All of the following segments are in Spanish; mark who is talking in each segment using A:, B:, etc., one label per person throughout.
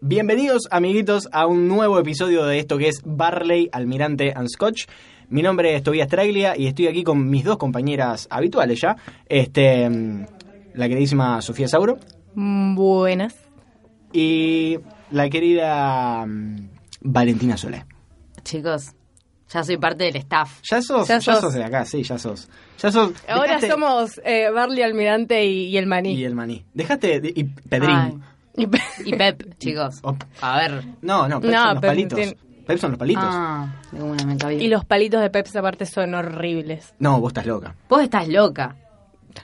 A: Bienvenidos, amiguitos, a un nuevo episodio de esto que es Barley, Almirante and Scotch. Mi nombre es Tobias Traglia y estoy aquí con mis dos compañeras habituales ya. Este, mm, la queridísima Sofía Sauro
B: Mm, Buenas.
A: y la querida mm, Valentina Solé.
C: Chicos, ya soy parte del staff.
A: Ya sos, ya
B: Ya
A: sos.
B: sos.
A: de acá, sí, ya sos. Ya sos.
B: Ahora
A: dejaste-
B: somos eh, Barley Almirante y, y el maní.
A: Y el maní. Dejaste. de- Y Pedrín.
C: Ay.
B: Y pe-
C: Y Pep, chicos.
A: Op.
C: A ver.
A: No, no, Pep
B: No,
A: son los
B: Pep
A: palitos.
B: tiene-
A: Pep son los palitos.
C: Ah, de una me cabía.
B: y los palitos de Pepsi aparte son horribles.
A: No, vos estás loca.
C: Vos estás loca.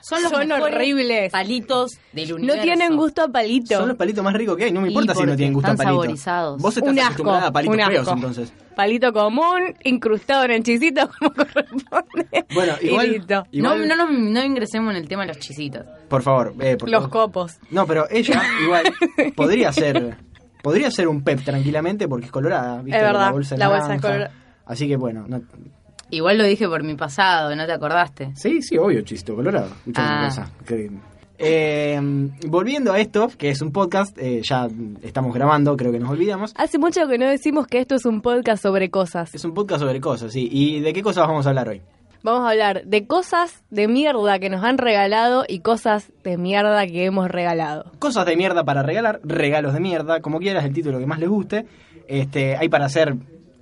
C: Son los
B: Son
C: mejores
B: horribles.
C: palitos del universo.
B: No tienen gusto a palito.
A: Son los palitos más ricos que hay. No me
C: Y
A: importa si no
C: porque
A: tienen gusto a
C: están
A: palito.
C: saborizados.
A: Vos estás
B: un asco.
A: acostumbrada a palitos
B: un asco.
A: feos, entonces.
B: Palito común, incrustado en el chisito como corresponde.
A: Bueno,
B: Y
A: igual.
B: listo.
A: igual-
C: No, no, no, no ingresemos en el tema de los chisitos.
A: Por favor. eh, por
B: Los
A: favor.
B: copos.
A: No, pero ella igual podría ser. Podría ser un Pep tranquilamente porque es colorada. ¿viste?
B: Es verdad,
A: La bolsa, es
B: la bolsa es
A: naranja.
B: colorada.
A: Así que bueno. no-
C: Igual lo dije por mi pasado, ¿no te acordaste?
A: Sí, sí, obvio, chiste, colorado. Muchas
C: Ah.
A: cosas. que- Eh, volviendo a esto, que es un podcast, eh, ya estamos grabando, creo que nos olvidamos.
B: Hace mucho que no decimos que esto es un podcast sobre cosas.
A: Es un podcast sobre cosas, sí. ¿Y de qué cosas vamos a hablar hoy?
B: Vamos a hablar de cosas de mierda que nos han regalado y cosas de mierda que hemos regalado.
A: Cosas de mierda para regalar, regalos de mierda, como quieras, el título que más les guste. Este, hay para hacer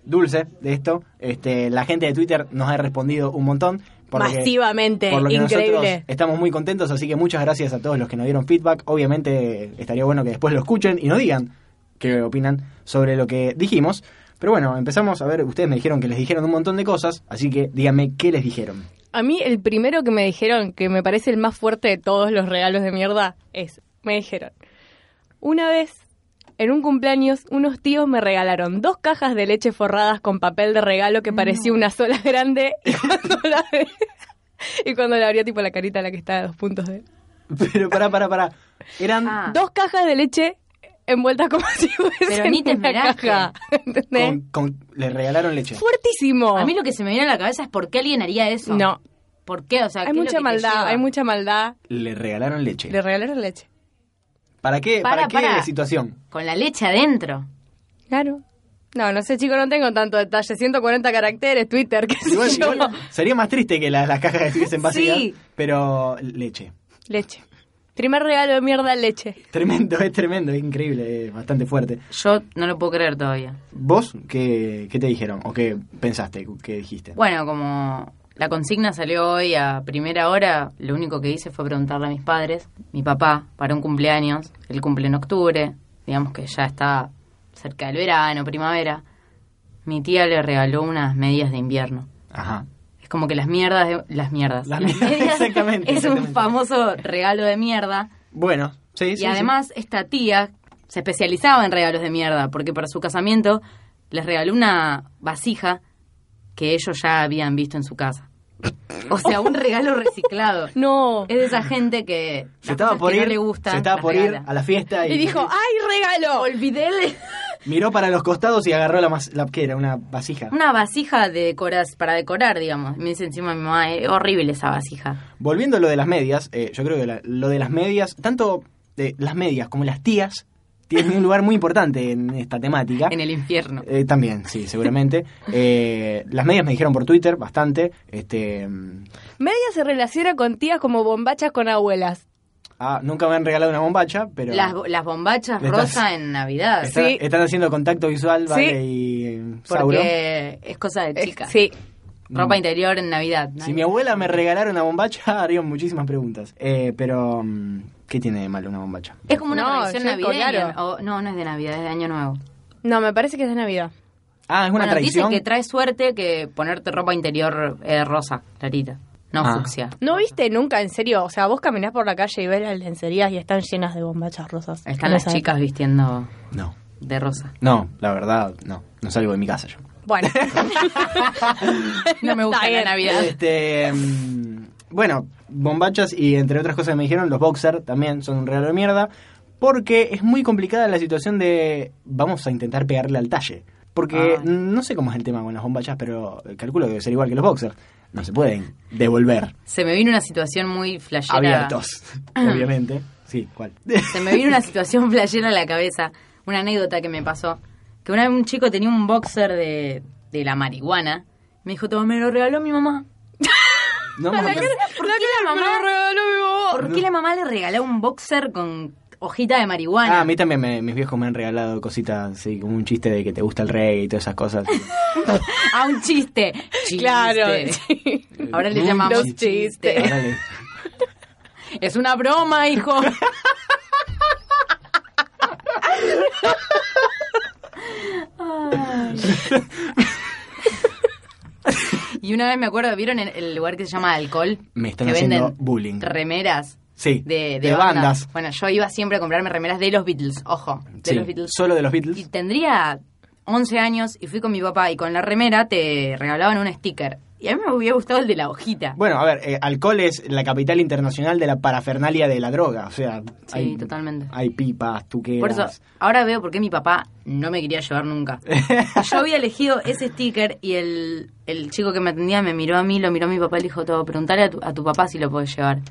A: dulce de esto. Este, la gente de Twitter nos ha respondido un montón. por lo que-
B: Masivamente,
A: por lo que nosotros
B: increíble.
A: estamos muy contentos, así que muchas gracias a todos los que nos dieron feedback. Obviamente estaría bueno que después lo escuchen y nos digan qué opinan sobre lo que dijimos. Pero bueno, empezamos a ver, ustedes me dijeron que les dijeron un montón de cosas, así que díganme qué les dijeron.
B: A mí el primero que me dijeron, que me parece el más fuerte de todos los regalos de mierda, es, me dijeron, una vez, en un cumpleaños, unos tíos me regalaron dos cajas de leche forradas con papel de regalo que parecía una sola grande y cuando la, y cuando la abría tipo la carita la que está a dos puntos de...
A: Pero pará, pará, pará. Eran
C: Ah.
B: Dos cajas de leche envueltas como si fuesen
C: ni te
B: una
C: esmeraste.
B: caja. ¿entendés?
A: con, con- le regalaron leche.
B: Fuertísimo.
C: A mí lo que se me viene a la cabeza es por qué alguien haría eso.
B: No,
C: ¿Por qué? O sea, ¿qué
B: hay
C: es lo que
B: mucha
C: te
B: maldad,
C: lleva?
B: hay mucha maldad.
A: Le regalaron leche.
B: Le regalaron leche.
A: ¿Para qué? ¿Para,
C: Para,
A: qué
C: para.
A: situación?
C: Con la leche adentro.
B: Claro. No, no sé, chico, no tengo tanto detalle. 140 caracteres, Twitter, qué sé
A: Igual-
B: yo.
A: igual sería más triste que la- las cajas estuviesen vacías,
C: Sí.
A: pero leche.
B: Leche. Primer regalo de mierda, leche.
A: Tremendo, es tremendo, es increíble, es bastante fuerte.
C: Yo no lo puedo creer todavía.
A: ¿Vos qué, qué te dijeron? ¿O qué pensaste? ¿Qué dijiste?
C: Bueno, como la consigna salió hoy a primera hora, lo único que hice fue preguntarle a mis padres. Mi papá, para un cumpleaños, él cumple en octubre, digamos que ya está cerca del verano, primavera. Mi tía le regaló unas medias de invierno.
A: Ajá.
C: Es como que las mierdas, de- las mierdas.
A: Las mierdas, exactamente,
C: Es un
A: exactamente.
C: famoso regalo de mierda.
A: Bueno, sí, sí.
C: y
A: sí.
C: además esta tía se especializaba en regalos de mierda, porque para su casamiento les regaló una vasija que ellos ya habían visto en su casa. O sea, un regalo reciclado.
B: No.
C: Es de esa gente que las
A: se estaba
C: cosas
A: por
C: que
A: ir,
C: no le gustan,
A: se estaba
C: las
A: por
C: regala.
A: ir a la fiesta y,
B: Y dijo, ¡ay, regalo!
C: Olvidé el-
A: miró para los costados y agarró la, mas- la que era una vasija.
C: una vasija de decoras, para decorar, digamos. Y Me dice encima mi mamá, es horrible esa vasija.
A: Volviendo a lo de las medias, eh, yo creo que la- lo de las medias, tanto de las medias como las tías tienen un lugar muy importante en esta temática.
C: En el infierno.
A: Eh, también, sí, seguramente. Eh, las medias me dijeron por Twitter bastante. Este, mm,
B: Media se relaciona con tías como bombachas con abuelas.
A: ah, nunca me han regalado una bombacha, pero
C: Las, las bombachas
A: Le estás-
C: rosa en Navidad.
A: está-
B: sí.
A: están haciendo contacto visual,
B: Sí.
A: Vale y eh, Sauro.
C: Porque es cosa de chicas.
B: Sí.
C: Ropa interior en Navidad.
A: Si
C: nadie-
A: mi abuela me regalara una bombacha, haría muchísimas preguntas. Eh, pero, mm, ¿qué tiene de malo una bombacha?
C: Es como una
B: No,
C: tradición
B: yo digo,
C: navideña.
B: claro.
C: o- no, no es de Navidad, es de Año Nuevo.
B: No, me parece que es de Navidad.
A: Ah, es una
C: bueno,
A: tradición.
C: dicen que trae suerte que ponerte ropa interior eh, rosa, clarita. No
A: Ah.
C: fucsia.
B: ¿No viste nunca, en serio? O sea, vos caminás por la calle y ves las lencerías y están llenas de bombachas rosas.
C: Están
B: No
C: las
B: sabes.
C: chicas vistiendo
A: No,
C: de rosa.
A: no, la verdad, no. No salgo de mi casa yo.
B: Bueno.
C: No me gusta
B: Está
C: la
B: bien.
C: Navidad.
A: Este, mm, bueno, bombachas y entre otras cosas que me dijeron, los boxer también son un regalo de mierda. Porque es muy complicada la situación de vamos a intentar pegarle al talle. Porque
C: Ah.
A: no sé cómo es el tema con las bombachas, pero calculo que debe ser igual que los boxer. No se pueden devolver
C: Se me vino una situación muy flashera.
A: abiertos, obviamente. Sí, ¿cuál?
C: Se me vino una situación flashera a la cabeza. una anécdota que me pasó. Que una vez un chico tenía un boxer de, de la marihuana. Me dijo, "Toma, me lo regaló mi mamá.
A: No,
C: ¿Por
A: mames.
C: qué la mamá ¿Por qué la mamá le regaló un boxer con hojita de marihuana?
A: Ah, a mí también me- mis viejos me han regalado cositas, sí, como un chiste de que te gusta el reggae y todas esas cosas.
C: A un chiste. Chiste.
B: Claro.
C: Ahora le
A: Muy
C: llamamos
B: Los
C: chiste.
B: chistes.
A: Ahora le-
C: Es una broma, hijo. Ay. y una vez me acuerdo, ¿vieron en el lugar que se llama Alcohol?
A: Me están
C: que
A: haciendo
C: venden
A: bullying.
C: Remeras
A: Sí,
C: de, de
A: de
C: bandas.
A: bandas.
C: Bueno, yo iba siempre a comprarme remeras de los Beatles, ojo, de
A: Sí,
C: los Beatles.
A: Solo de los
C: Y
A: Beatles.
C: tendría 11 años y fui con mi papá y con la remera te regalaban un sticker. Y a mí me hubiera gustado el de la hojita.
A: Bueno, a ver, eh, alcohol es la capital internacional de la parafernalia de la droga. O sea,
C: Sí,
A: hay,
C: totalmente.
A: hay pipas, tuqueras.
C: Por eso, ahora veo por qué mi papá no me quería llevar nunca. Yo había elegido ese sticker y el, el chico que me atendía me miró a mí, lo miró a mi papá y le dijo todo, preguntale a tu, a tu papá si lo puedes llevar.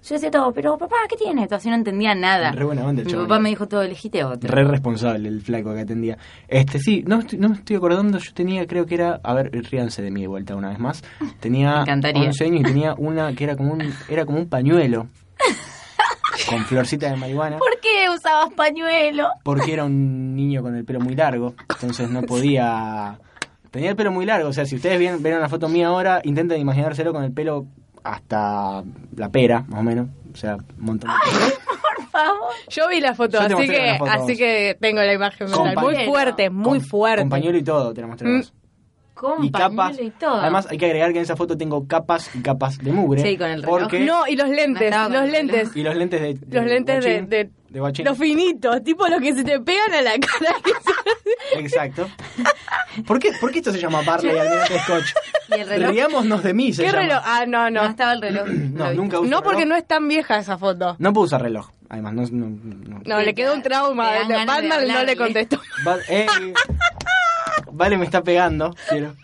C: Yo decía todo, pero papá, ¿qué tiene esto? Así no entendía nada.
A: Re buena onda el
C: mi
A: chabón. eh.
C: papá me dijo todo, elegiste otro.
A: Re responsable el flaco que atendía. Este, sí, no, me estoy- no me estoy acordando, yo tenía, creo que era, a ver, ríanse de mí de vuelta una vez más.
C: Me
A: Tenía
C: encantaría.
A: 11 años y tenía una que era como un, era como un pañuelo con florcita de marihuana.
C: ¿Por qué usabas pañuelo?
A: Porque era un niño con el pelo muy largo, entonces no podía... Tenía el pelo muy largo, o sea, si ustedes ven, ven una foto mía ahora, intenten imaginárselo con el pelo hasta la pera, más o menos. O sea, un montón de
C: Por favor.
B: Yo vi la foto,
A: Yo te
B: así
A: mostré
B: que,
A: la foto a vos.
B: así que tengo la imagen mental.
A: Con
B: Muy
C: pañuelo.
B: fuerte, muy
A: Con-
B: fuerte.
A: Con pañuelo y todo, te lo mostré a vos.
C: Con
A: y capas.
C: pañuelo y todo.
A: Además, hay que agregar que en esa foto tengo capas y capas de mugre.
C: Sí, con el reloj.
A: porque
B: No, y los lentes,
C: estaba con
B: los
C: el reloj.
B: lentes.
A: Y los lentes de. de
B: Los lentes de,
A: bachín,
B: de-
A: de bachín.
B: los finitos, tipo los que se te pegan a la cara.
A: Exacto. ¿Por qué, ¿Por qué esto se llama Barley al menos de Scotch?
C: ¿Y el reloj?
A: Riámonos de mí, se
B: ¿Qué
A: llama.
B: reloj? Ah, no,
C: no.
B: no.
C: estaba el reloj.
A: No,
C: Lo vi.
A: nunca uso
B: No, porque
A: reloj.
B: no es tan vieja esa foto.
A: No puedo usar reloj. Además, no. no, no.
B: No, le quedó un trauma.
C: Te dan ganas de
B: Batman no
C: hablarle.
B: le contestó.
A: Va- eh, vale, me está pegando. Quiero.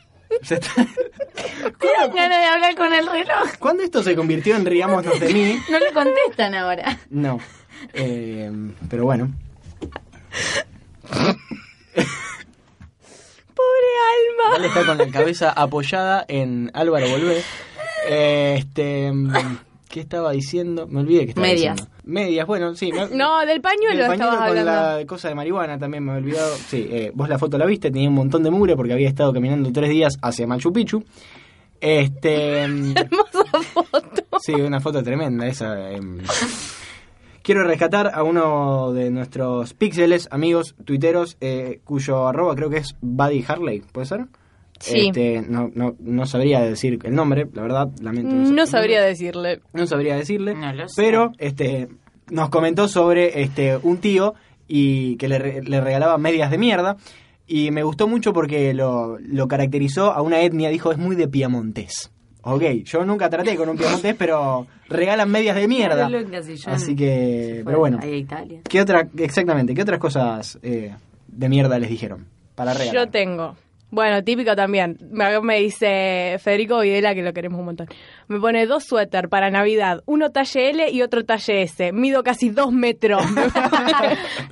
A: Se está-
C: Te dan ganas de hablar con el reloj.
A: ¿Cuándo esto se convirtió en Riámonos de mí?
C: No le contestan ahora.
A: No. Eh, pero bueno.
B: Pobre alma.
A: Él está con la cabeza apoyada en Álvaro Volvé. Eh, Este, mm, ¿Qué estaba diciendo? Me olvidé que estaba
C: Medias.
A: diciendo. Medias, bueno, sí. me-
B: No, del
A: del
B: pañuelo estabas
A: con
B: hablando.
A: la cosa de marihuana también me he olvidado. Sí, eh, vos la foto la viste, tenía un montón de mugre porque había estado caminando tres días hacia Machu Picchu. Este, mm,
B: Hermosa foto.
A: sí, una foto tremenda esa. em. Quiero rescatar a uno de nuestros píxeles, amigos, tuiteros, eh, cuyo arroba creo que es Buddy Harley, ¿puede ser?
B: Sí.
A: Este, no, no, no sabría decir el nombre, la verdad, lamento.
B: No sabría
A: decirle.
B: decirle.
A: No sabría decirle.
C: No lo sé.
A: Pero este, nos comentó sobre este, un tío y que le, re- le regalaba medias de mierda. Y me gustó mucho porque lo, lo caracterizó a una etnia, dijo, es muy de piamontés. Ok, yo nunca traté con un piamontés, pero regalan medias de mierda.
C: Lo encasillaron.
A: Así que,
C: Se fue
A: Eh, pero bueno.
C: Ahí a Italia.
A: ¿Qué otra, exactamente, qué otras cosas eh, de mierda les dijeron para regalar?
B: Yo tengo. Bueno, típico también. Me, me dice Federico Videla, que lo queremos un montón. Me pone dos suéter para Navidad. Uno talle L y otro talle S. Mido casi dos metros.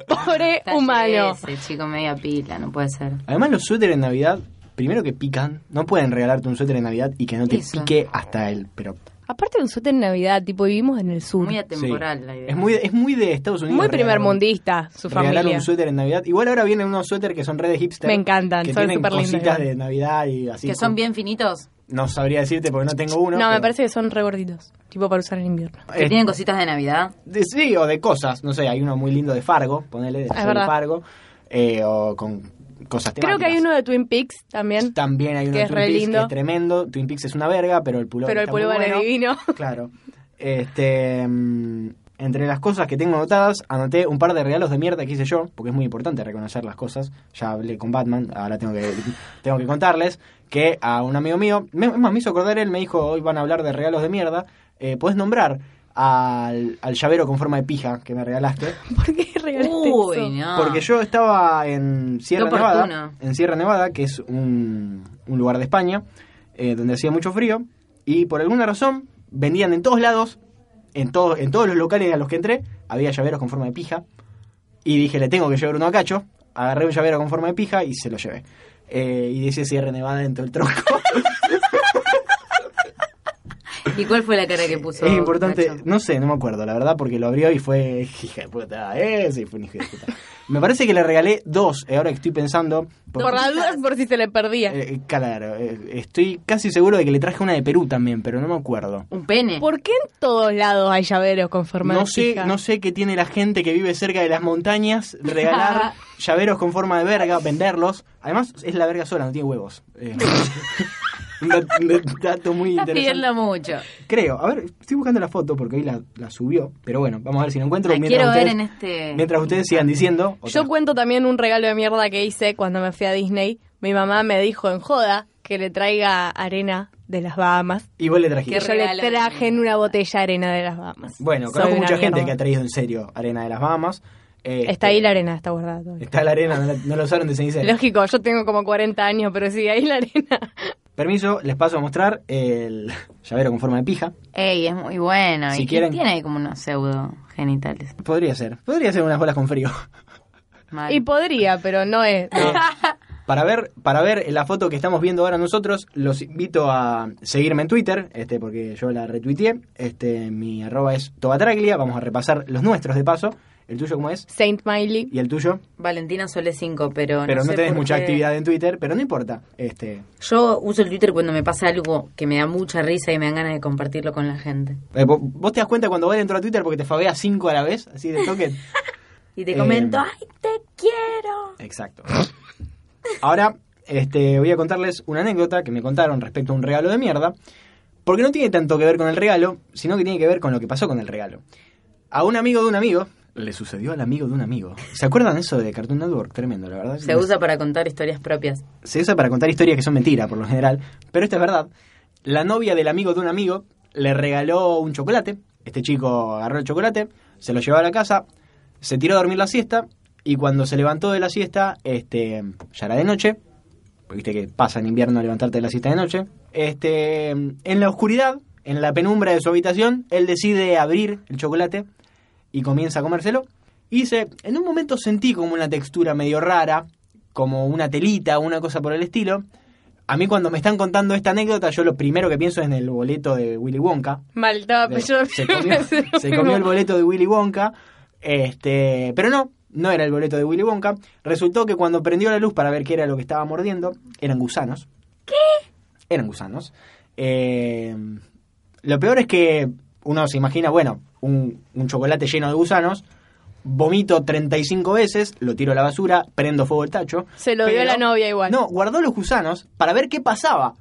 B: Pobre
C: Talle
B: humano.
C: Ese chico media pila, no puede ser.
A: Además los suéteres en Navidad, primero que pican, no pueden regalarte un suéter en Navidad y que no te
C: Eso.
A: pique hasta el, pero
B: Aparte de un suéter en Navidad, tipo, vivimos en el sur.
C: Muy
B: Muy,
C: atemporal
A: Sí.
C: la idea.
A: Es muy, es muy de Estados Unidos.
B: primer
A: regalar un-
B: mundista, su
A: regalar
B: familia.
A: un suéter en Navidad. Igual ahora vienen unos suéter que son redes hipster.
B: Me encantan,
A: que
B: son
A: tienen
B: superlindos,
A: cositas
B: igual.
A: de Navidad y así.
C: que son bien finitos,
A: No sabría decirte porque no tengo
B: No,
A: uno.
B: me
A: pero-
B: parece que son re gorditos. Tipo, para usar en invierno.
C: que
A: Eh,
C: tienen cositas de Navidad.
A: de- sí, o de cosas. No sé, hay uno muy lindo de Fargo, ponele de Fargo,
B: verdad.
A: Fargo. eh, o con cosas
B: Creo que hay uno de Twin Peaks también.
A: También hay uno
B: que
A: de
B: es
A: Twin
B: re
A: Peaks
B: lindo.
A: que es tremendo. Twin Peaks es una verga, pero el pullover
B: Pero el
A: está muy
B: pullover es
A: bueno.
B: divino.
A: Claro. Este, mm, entre las cosas que tengo anotadas, anoté un par de regalos de mierda que hice yo, porque es muy importante reconocer las cosas. Ya hablé con Batman, ahora tengo que, tengo que contarles que a un amigo mío, me, es más, me hizo acordar él, me dijo, hoy van a hablar de regalos de mierda, eh, podés nombrar al, al llavero con forma de pija que me regalaste.
B: ¿Por qué regalaste eso?
C: Uy, no.
A: Porque yo estaba en Sierra
C: Qué
A: Nevada,
C: oportuno.
A: en Sierra Nevada, que es un, un lugar de España, eh, donde hacía mucho frío, y por alguna razón vendían en todos lados, en, todo- en todos los locales a los que entré, había llaveros con forma de pija. Y dije, le tengo que llevar uno a Cacho. Agarré un llavero con forma de pija y se lo llevé. Eh, y dice cierre nevada dentro del tronco.
C: ¿Y cuál fue la cara que puso?
A: es importante,
C: Nacho?
A: no sé, no me acuerdo, la verdad, porque lo abrió y fue hija de puta, eh, sí, fue un hijo de puta. Me parece que le regalé dos, eh, ahora que estoy pensando. porque-
B: Por las dudas, por si se le perdía.
A: Eh, claro, eh, estoy casi seguro de que le traje una de Perú también, pero no me acuerdo.
C: Un pene.
B: ¿Por qué en todos lados hay llaveros con forma
A: No
B: de
A: sé,
B: pija?
A: no sé qué tiene la gente que vive cerca de las montañas, regalar llaveros con forma de verga, venderlos. Además, es la verga sola, no tiene huevos. Eh, un, dat- un dat- dato muy
C: Estás
A: interesante.
C: pidiendo mucho.
A: Creo, a ver, estoy buscando la foto porque hoy la, la subió, pero bueno, vamos a ver si la encuentro.
C: La quiero ver en este...
A: Mientras ustedes sigan diciendo.
B: Yo
A: otras-
B: cuento también un regalo de mierda que hice cuando me fui a Disney. Mi mamá me dijo en joda que le traiga arena de las Bahamas.
A: y vos le
B: Que
A: trajiste.
C: Qué
B: yo le
C: regalo de
B: traje en
C: mierda.
B: una botella arena de las Bahamas.
A: Bueno,
B: Soy
A: conozco
B: una
A: mucha gente
B: mierda.
A: que ha traído en serio arena de las Bahamas. Eh,
B: Está ahí la arena, está guardada. todavía.
A: Está la arena, no la, no la usaron de cenicero.
B: Lógico, yo tengo como 40 años, pero sí, ahí la arena.
A: Permiso, les paso a mostrar el llavero con forma de pija.
C: Ey, es muy bueno.
A: Si
C: ¿Y
A: quieren-
C: quién tiene ahí como unos pseudo genitales?
A: Podría ser, podría ser unas bolas con frío.
C: Mal.
B: Y podría, pero no es.
A: Eh, para, ver, para ver la foto que estamos viendo ahora nosotros, los invito a seguirme en Twitter, este, porque yo la retuiteé. Este, mi arroba es Tobatraglia. Vamos a repasar los nuestros de paso. ¿El tuyo cómo es?
B: Saint Miley.
A: ¿Y el tuyo?
C: Valentina Sole 5, pero...
A: pero no,
C: sé
A: tenés
C: por
A: mucha
C: qué.
A: actividad en Twitter, pero no importa. Este,
C: Yo uso el Twitter cuando me pasa algo que me da mucha risa y me dan ganas de compartirlo con la gente.
A: eh, vo- vos te das cuenta cuando vas dentro a Twitter porque te faveas cinco a la vez, así de toque.
C: Y te
A: Eh,
C: comento, ¡ay, te quiero!
A: Exacto. Ahora, este, voy a contarles una anécdota que me contaron respecto a un regalo de mierda, porque no tiene tanto que ver con el regalo, sino que tiene que ver con lo que pasó con el regalo. A un amigo de un amigo le sucedió al amigo de un amigo. ¿Se acuerdan eso de Cartoon Network? Tremendo, la verdad.
C: Se usa para contar historias propias.
A: Se usa para contar historias que son mentiras, por lo general, pero esta es verdad. La novia del amigo de un amigo le regaló un chocolate. Este chico agarró el chocolate, se lo llevó a la casa, se tiró a dormir la siesta y cuando se levantó de la siesta, este, ya era de noche, porque viste que pasa en invierno levantarte de la siesta de noche, este, en la oscuridad, en la penumbra de su habitación, él decide abrir el chocolate y comienza a comérselo. Y dice, en un momento sentí como una textura medio rara, como una telita o una cosa por el estilo. A mí cuando me están contando esta anécdota, yo lo primero que pienso es en el boleto de Willy Wonka,
B: Mal, no,
A: de-
B: pero yo
A: se, comió, se comió el boleto de Willy Wonka. Este, pero no, no era el boleto de Willy Wonka. Resultó que cuando prendió la luz para ver qué era lo que estaba mordiendo, eran gusanos. ¿Qué? Eran gusanos. Eh, lo peor es que uno se imagina, bueno, un, un chocolate lleno de gusanos, vomito 35 veces, lo tiro a la basura, prendo fuego el tacho.
B: Se lo dio
A: pero-
B: a la novia igual.
A: No, guardó los gusanos para ver qué pasaba.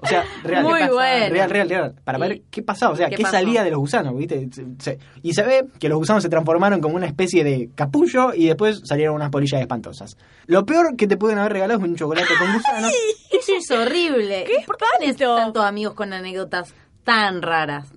A: O sea, real,
C: Muy
A: ¿qué pasa?
C: bueno.
A: real, real, real, para
C: ¿Y
A: ver qué pasaba, o sea,
C: qué
A: qué,
C: pasó?
A: salía de los gusanos, ¿viste? Se- se- y se ve que los gusanos se transformaron como una especie de capullo y después salieron unas polillas espantosas. Lo peor que te pueden haber regalado es un chocolate con gusanos.
C: Eso es horrible.
B: ¡Qué
C: ¿Por qué tenés
B: espanto!
C: tantos amigos con anécdotas tan raras?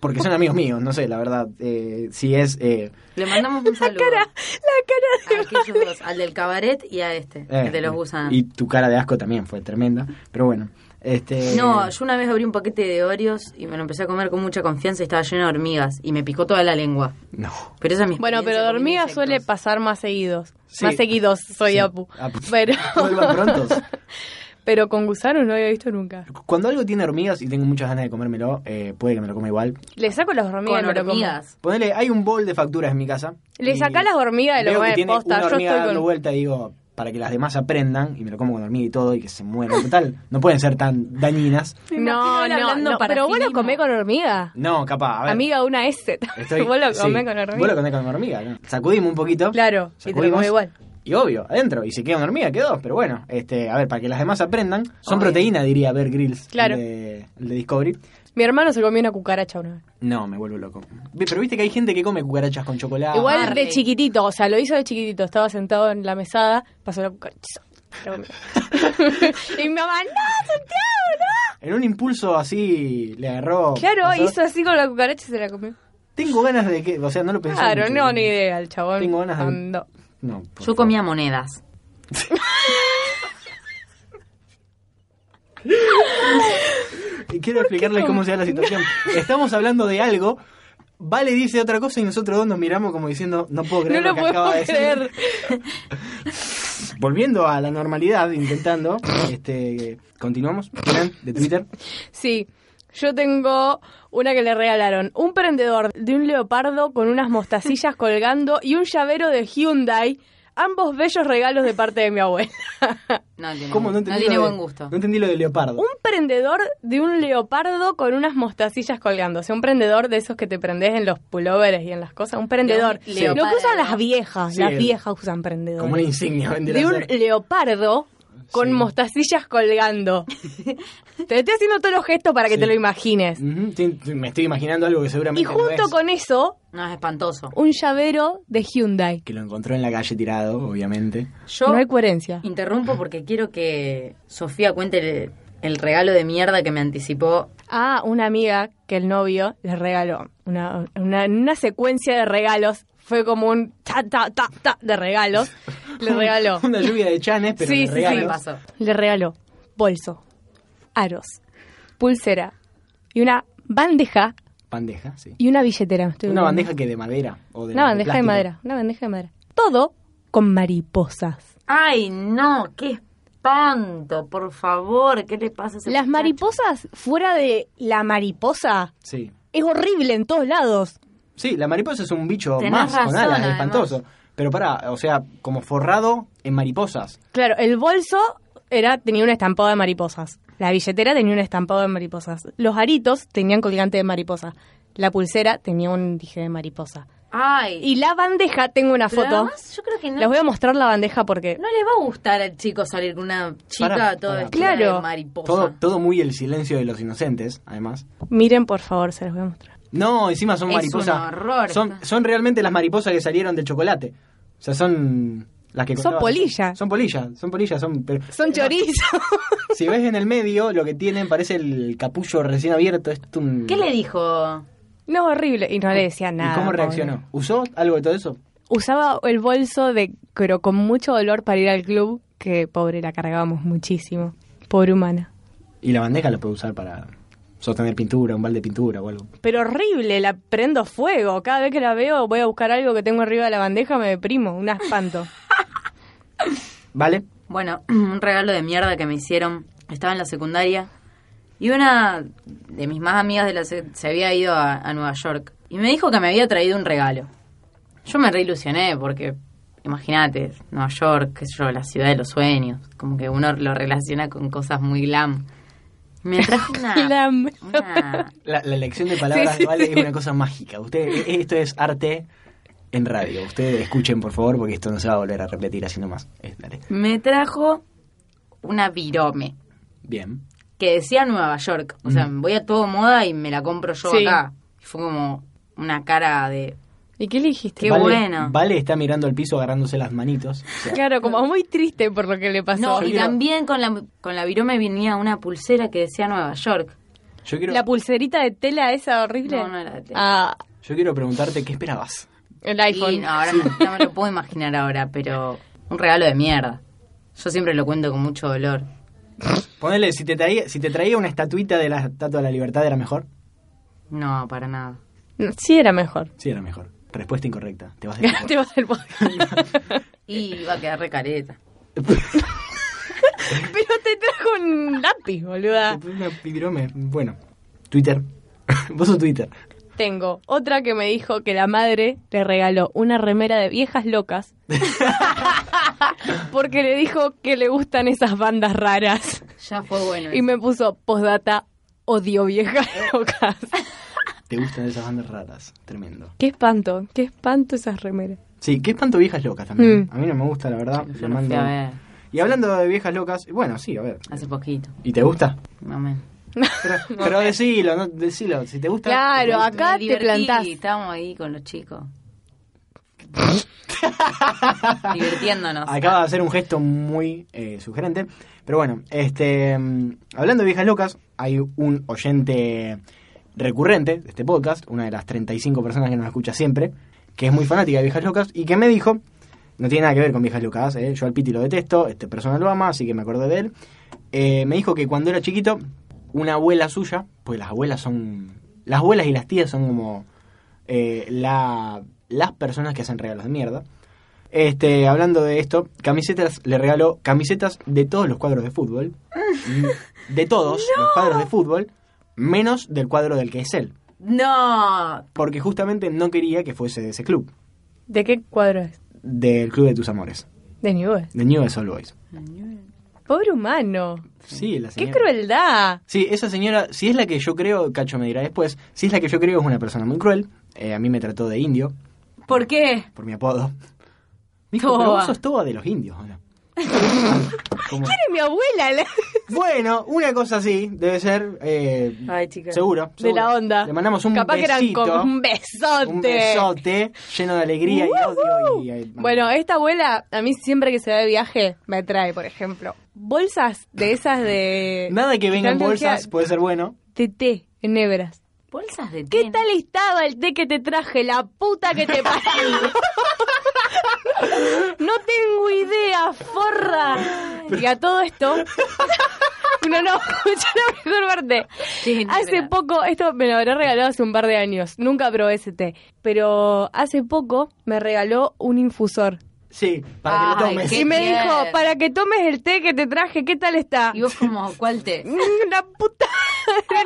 A: Porque son amigos míos, no sé, la verdad, eh, si es... eh,
C: Le mandamos un saludo
B: La
C: a aquellos dos, al del cabaret y a este,
A: eh,
C: el de los gusanos.
A: Y tu cara de asco también fue tremenda, pero bueno. Este,
C: No, yo una vez abrí un paquete de Oreos y me lo empecé a comer con mucha confianza y estaba lleno de hormigas y me picó toda la lengua.
A: No.
C: Pero esa es mi
B: Bueno, pero
C: experiencia
B: de
C: con
B: hormigas
C: insectos.
B: suele pasar más seguidos.
A: Sí.
B: Más seguidos, soy
A: Sí. Ah, pues.
B: Apu.
A: Apu.
B: Pero,
A: Vuelvan prontos.
B: pero con gusanos no había visto nunca.
A: Cuando algo tiene hormigas y tengo muchas ganas de comérmelo, eh, puede que me lo coma igual.
B: Le saco las hormigas y
C: Con
B: me lo como.
C: hormigas.
A: Ponele, hay un bol de facturas en mi casa.
B: Le
A: y
B: sacás las hormigas de lo
A: veo
B: que
A: que tiene
B: posta.
A: una
B: Yo
A: hormiga
B: estoy
A: dando
B: con-
A: vuelta y digo, para que las demás aprendan, y me lo como con hormiga y todo, y que se mueran. Total, no pueden ser tan dañinas.
B: No,
C: él
B: no,
C: hablando
B: no.
C: para
B: Pero
C: sí
B: vos lo
C: mismo.
B: comés con hormiga.
A: No, capaz, a ver.
B: Amiga, una S.
A: estoy-
B: vos lo comés
A: sí,
B: con hormiga.
A: Vos lo comés con hormiga. ¿no? Sacudimos un poquito.
B: Claro, y te lo
A: sacudimos,
B: comés igual.
A: Y obvio, adentro. Y si queda una hormiga, quedó. Pero bueno, este, a ver, para que las demás aprendan. Son
C: Obvio.
A: proteína, diría Bear Grylls.
B: Claro.
A: El de, el de Discovery.
B: Mi hermano se comió una cucaracha una vez.
A: No, me vuelvo loco. Ve, Pero viste que hay gente que come cucarachas con chocolate.
B: Igual
C: Marley.
B: de chiquitito, o sea, lo hizo de chiquitito. Estaba sentado en la mesada, pasó la cucaracha. Lo comió. y mi mamá, no, Santiago, no.
A: En un impulso así le agarró.
B: Claro,
A: pasó.
B: hizo así con la cucaracha y se la comió.
A: Tengo ganas de que. O sea, no lo pensé.
B: Claro,
A: mucho.
B: no, ni idea, el chabón.
A: Tengo ganas de-
B: andó.
A: No, por
C: Yo
A: favor.
C: comía monedas.
A: Quiero explicarles cómo se da la situación. Estamos hablando de algo Vale dice otra cosa y nosotros dos nos miramos como diciendo, no puedo
B: No
A: creer
B: lo
A: lo que acaba
B: podemos
A: de decir.
B: creer.
A: Volviendo a la normalidad, intentando, este, continuamos. Fran, de Twitter.
B: Sí, yo tengo una que le regalaron. Un prendedor de un leopardo con unas mostacillas colgando y un llavero de Hyundai. Ambos bellos regalos de parte de mi abuela.
C: No tiene,
A: ¿Cómo no
C: no
A: entendí
C: tiene
A: lo de-
C: buen gusto.
A: No entendí lo de leopardo.
B: Un prendedor de un leopardo con unas mostacillas colgando. O sea, un prendedor de esos que te prendes en los pullovers y en las cosas. Un prendedor.
C: De
B: Lo
C: un
B: que
C: leopardo.
B: usan las viejas.
A: Sí,
B: las
A: el-
B: viejas usan
A: Como una
B: prendedores.
A: insignia, vendría
B: De
A: a
B: un
A: ser.
B: leopardo con
A: Sí.
B: mostacillas colgando. te estoy haciendo todos los gestos para que
A: Sí.
B: te lo imagines.
A: Ujú, sí, sí, Me estoy imaginando algo que
B: Y
A: seguramente no
B: junto
A: es.
B: con eso,
C: No, es espantoso.
B: un llavero de Hyundai.
A: Que lo encontró en la calle tirado, obviamente.
C: Yo
B: No hay coherencia.
C: interrumpo porque quiero que Sofía cuente el, el regalo de mierda que me anticipó.
B: A Ah, una amiga que el novio le regaló una, una, una secuencia de regalos. Fue como un ta, ta, ta, ta de regalos. Le regaló.
A: Una lluvia de chanes, pero de
B: Sí, sí, sí.
C: ¿Qué
A: regalos.
C: me pasó?
B: Le regaló bolso, aros, pulsera y una bandeja
A: Bandeja, sí.
B: y una billetera. me estoy
A: Una
B: olvidando.
A: bandeja que de madera. O de
B: Una bandeja de
A: plástico.
B: madera. Una bandeja de madera. Todo con mariposas.
C: Ay, no, qué espanto, por favor, ¿qué le pasa a ese
B: Las
C: muchacho?
B: mariposas fuera de la mariposa
A: Sí.
B: es horrible en todos lados.
A: Sí, la mariposa es un bicho
C: Tenés
A: más con
C: razón,
A: alas, es
C: además.
A: espantoso. Pero pará, o sea, como forrado en mariposas.
B: Claro, el bolso era tenía un estampado de mariposas. La billetera tenía un estampado de mariposas. Los aritos tenían colgante de mariposa. La pulsera tenía un dije de mariposa.
C: Ay,
B: Y la bandeja, tengo una
C: pero
B: foto.
C: además yo creo que no,
B: Les voy a mostrar la bandeja porque...
C: no le va a gustar al chico salir con una chica
A: Pará,
C: toda
A: pará.
C: vestida
B: Claro.
C: de mariposa.
A: Todo, todo muy el silencio de los inocentes, además.
B: Miren, por favor, se los voy a mostrar.
A: No, encima son
C: Es
A: mariposas.
C: un horror.
A: Son, son realmente las mariposas que salieron del chocolate. O sea, son las que
B: Son
A: costaban.
B: polilla.
A: Son polillas, son polillas, son. pero-
B: Son chorizos.
A: si ves en el medio, lo que tienen parece el capullo recién abierto. Es un...
C: ¿Qué le dijo?
B: No, horrible. Y no le decía nada.
A: ¿Y cómo
B: pobre.
A: reaccionó? ¿Usó algo de todo eso?
B: Usaba el bolso de... Pero con mucho dolor para ir al club, que pobre, la cargábamos muchísimo. Pobre humana.
A: Y la bandeja la puede usar para sostener pintura, un balde de pintura o algo.
B: Pero horrible, la prendo fuego. Cada vez que la veo, voy a buscar algo que tengo arriba de la bandeja, me deprimo, un espanto.
A: ¿Vale?
C: Bueno, un regalo de mierda que me hicieron. Estaba en la secundaria y una de mis más amigas de la sec- se había ido a, a Nueva York y me dijo que me había traído un regalo. Yo me reilusioné porque, imagínate, Nueva York, qué sé yo, la ciudad de los sueños, como que uno lo relaciona con cosas muy glam. Me trajo una,
B: Glam.
C: una
A: La, la elección de palabras
B: Sí, sí,
A: de Vale
B: sí.
A: es una cosa mágica. Usted, e- esto es arte en radio. Ustedes escuchen, por favor, porque esto no se va a volver a repetir así nomás. Es- dale.
C: me trajo una virome
A: Bien.
C: que decía Nueva York. O sea, voy a todo moda y me la compro yo
B: Sí.
C: acá. Y fue como una cara de
B: ¿Y qué elegiste?
C: Qué
A: vale,
C: bueno.
A: Vale está mirando al piso agarrándose las manitos. O sea,
B: Claro, como muy triste por lo que le pasó.
C: No,
A: Yo
C: y
A: quiero-
C: también con la, con la virome venía una pulsera que decía Nueva York.
A: yo, quiero,
B: La pulserita de tela esa horrible.
C: No, no era de tela.
B: Ah,
A: yo quiero preguntarte qué esperabas.
B: el
C: Y
B: Ah, iPhone.
C: no, ahora no, no me lo puedo imaginar ahora, pero un regalo de mierda. Yo siempre lo cuento con mucho dolor.
A: Ponele, si te traía, si te traía una estatuita de la Estatua de la Libertad, ¿era mejor?
C: No, para nada.
B: No, Sí era mejor.
A: Sí, era mejor. Respuesta incorrecta. Te vas de
B: Te vas al podcast.
C: Y iba a quedar recareta.
B: Pero te trajo un lápiz, boluda.
A: Una pibirome. Bueno, Twitter. Vos sos Twitter.
B: Tengo otra que me dijo que la madre le regaló una remera de viejas locas porque le dijo que le gustan esas bandas raras
C: Ya fue bueno.
B: y me puso postdata odio viejas locas.
A: Te gustan esas bandas raras. Tremendo.
B: Qué espanto, qué espanto esas remeras.
A: Sí, qué espanto viejas locas también.
B: Mm.
A: A mí no me gusta, la verdad. Lo
C: Yo lo fui
A: Ah, mando-
C: a ver
A: Y hablando de viejas locas, bueno, sí, a ver.
C: hace poquito.
A: ¿Y te gusta?
C: Amén.
A: Pero, pero decilo, no, decilo. Si te gusta.
B: Claro,
A: te gusta.
B: Acá
C: Me
B: te
C: divertí,
B: plantás.
C: Estábamos ahí con los chicos. Divirtiéndonos.
A: Acaba de hacer un gesto muy eh, sugerente. Pero bueno, este mm, hablando de viejas locas, hay un oyente recurrente de este podcast, una de las 35 personas que nos escucha siempre, que es muy fanática de viejas locas y que me dijo, no tiene nada que ver con viejas locas, eh, yo al Piti lo detesto, este persona lo ama, así que me acordé de él, eh, me dijo que cuando era chiquito, una abuela suya, pues las abuelas son, las abuelas y las tías son como eh, la- las personas que hacen regalos de mierda. Este, hablando de esto, camisetas, le regaló camisetas de todos los cuadros de fútbol. Mm, de todos los cuadros de fútbol, menos del cuadro del que es él.
D: No.
A: Porque justamente no quería que fuese de ese club,
B: ¿De qué cuadro es?
A: del club de tus amores,
B: De Newell's.
A: de New All Boys.
B: Pobre humano.
A: Sí, la
B: ¡Qué
A: señora.
B: crueldad!
A: Sí, esa señora, si es la que yo creo, Cacho me dirá después, si es la que yo creo es una persona muy cruel. Eh, a mí me trató de indio,
D: ¿Por qué?
A: por mi apodo. Me dijo,
D: Toba.
A: pero vos sos toba de los indios, ¿o no?" Como,
B: Era mi abuela! la-
A: bueno, una cosa así, debe ser, eh,
D: Ay, chicas.
A: seguro,
B: De la
A: seguro.
B: onda.
A: Le mandamos un
B: Capaz
A: besito,
B: que eran con un besote.
A: un besote lleno de alegría y odio. y- y-
B: Bueno, esta abuela, a mí siempre que se va de viaje, me trae, por ejemplo, bolsas de esas de.
A: nada que venga en
B: están
A: bolsas
B: bloqueadas-
A: puede ser bueno.
B: De té, en hebras.
C: Bolsas de té.
B: ¿Qué tal estaba el té que te traje? La puta que te parió. no tengo idea, forra. Y a todo esto. No, no, escucha la mejor parte.
C: Sí, no,
B: Hace
C: espera.
B: poco, esto me lo habrá regalado hace un par de años. Nunca probé ese té. Pero hace poco me regaló un infusor.
A: Sí, para que lo
C: Ay,
A: tomes.
C: qué-
B: Y me
C: bien.
B: dijo, para que tomes el té que te traje, ¿qué tal está?
C: ¿Y vos como cuál té?
B: Mm, La puta,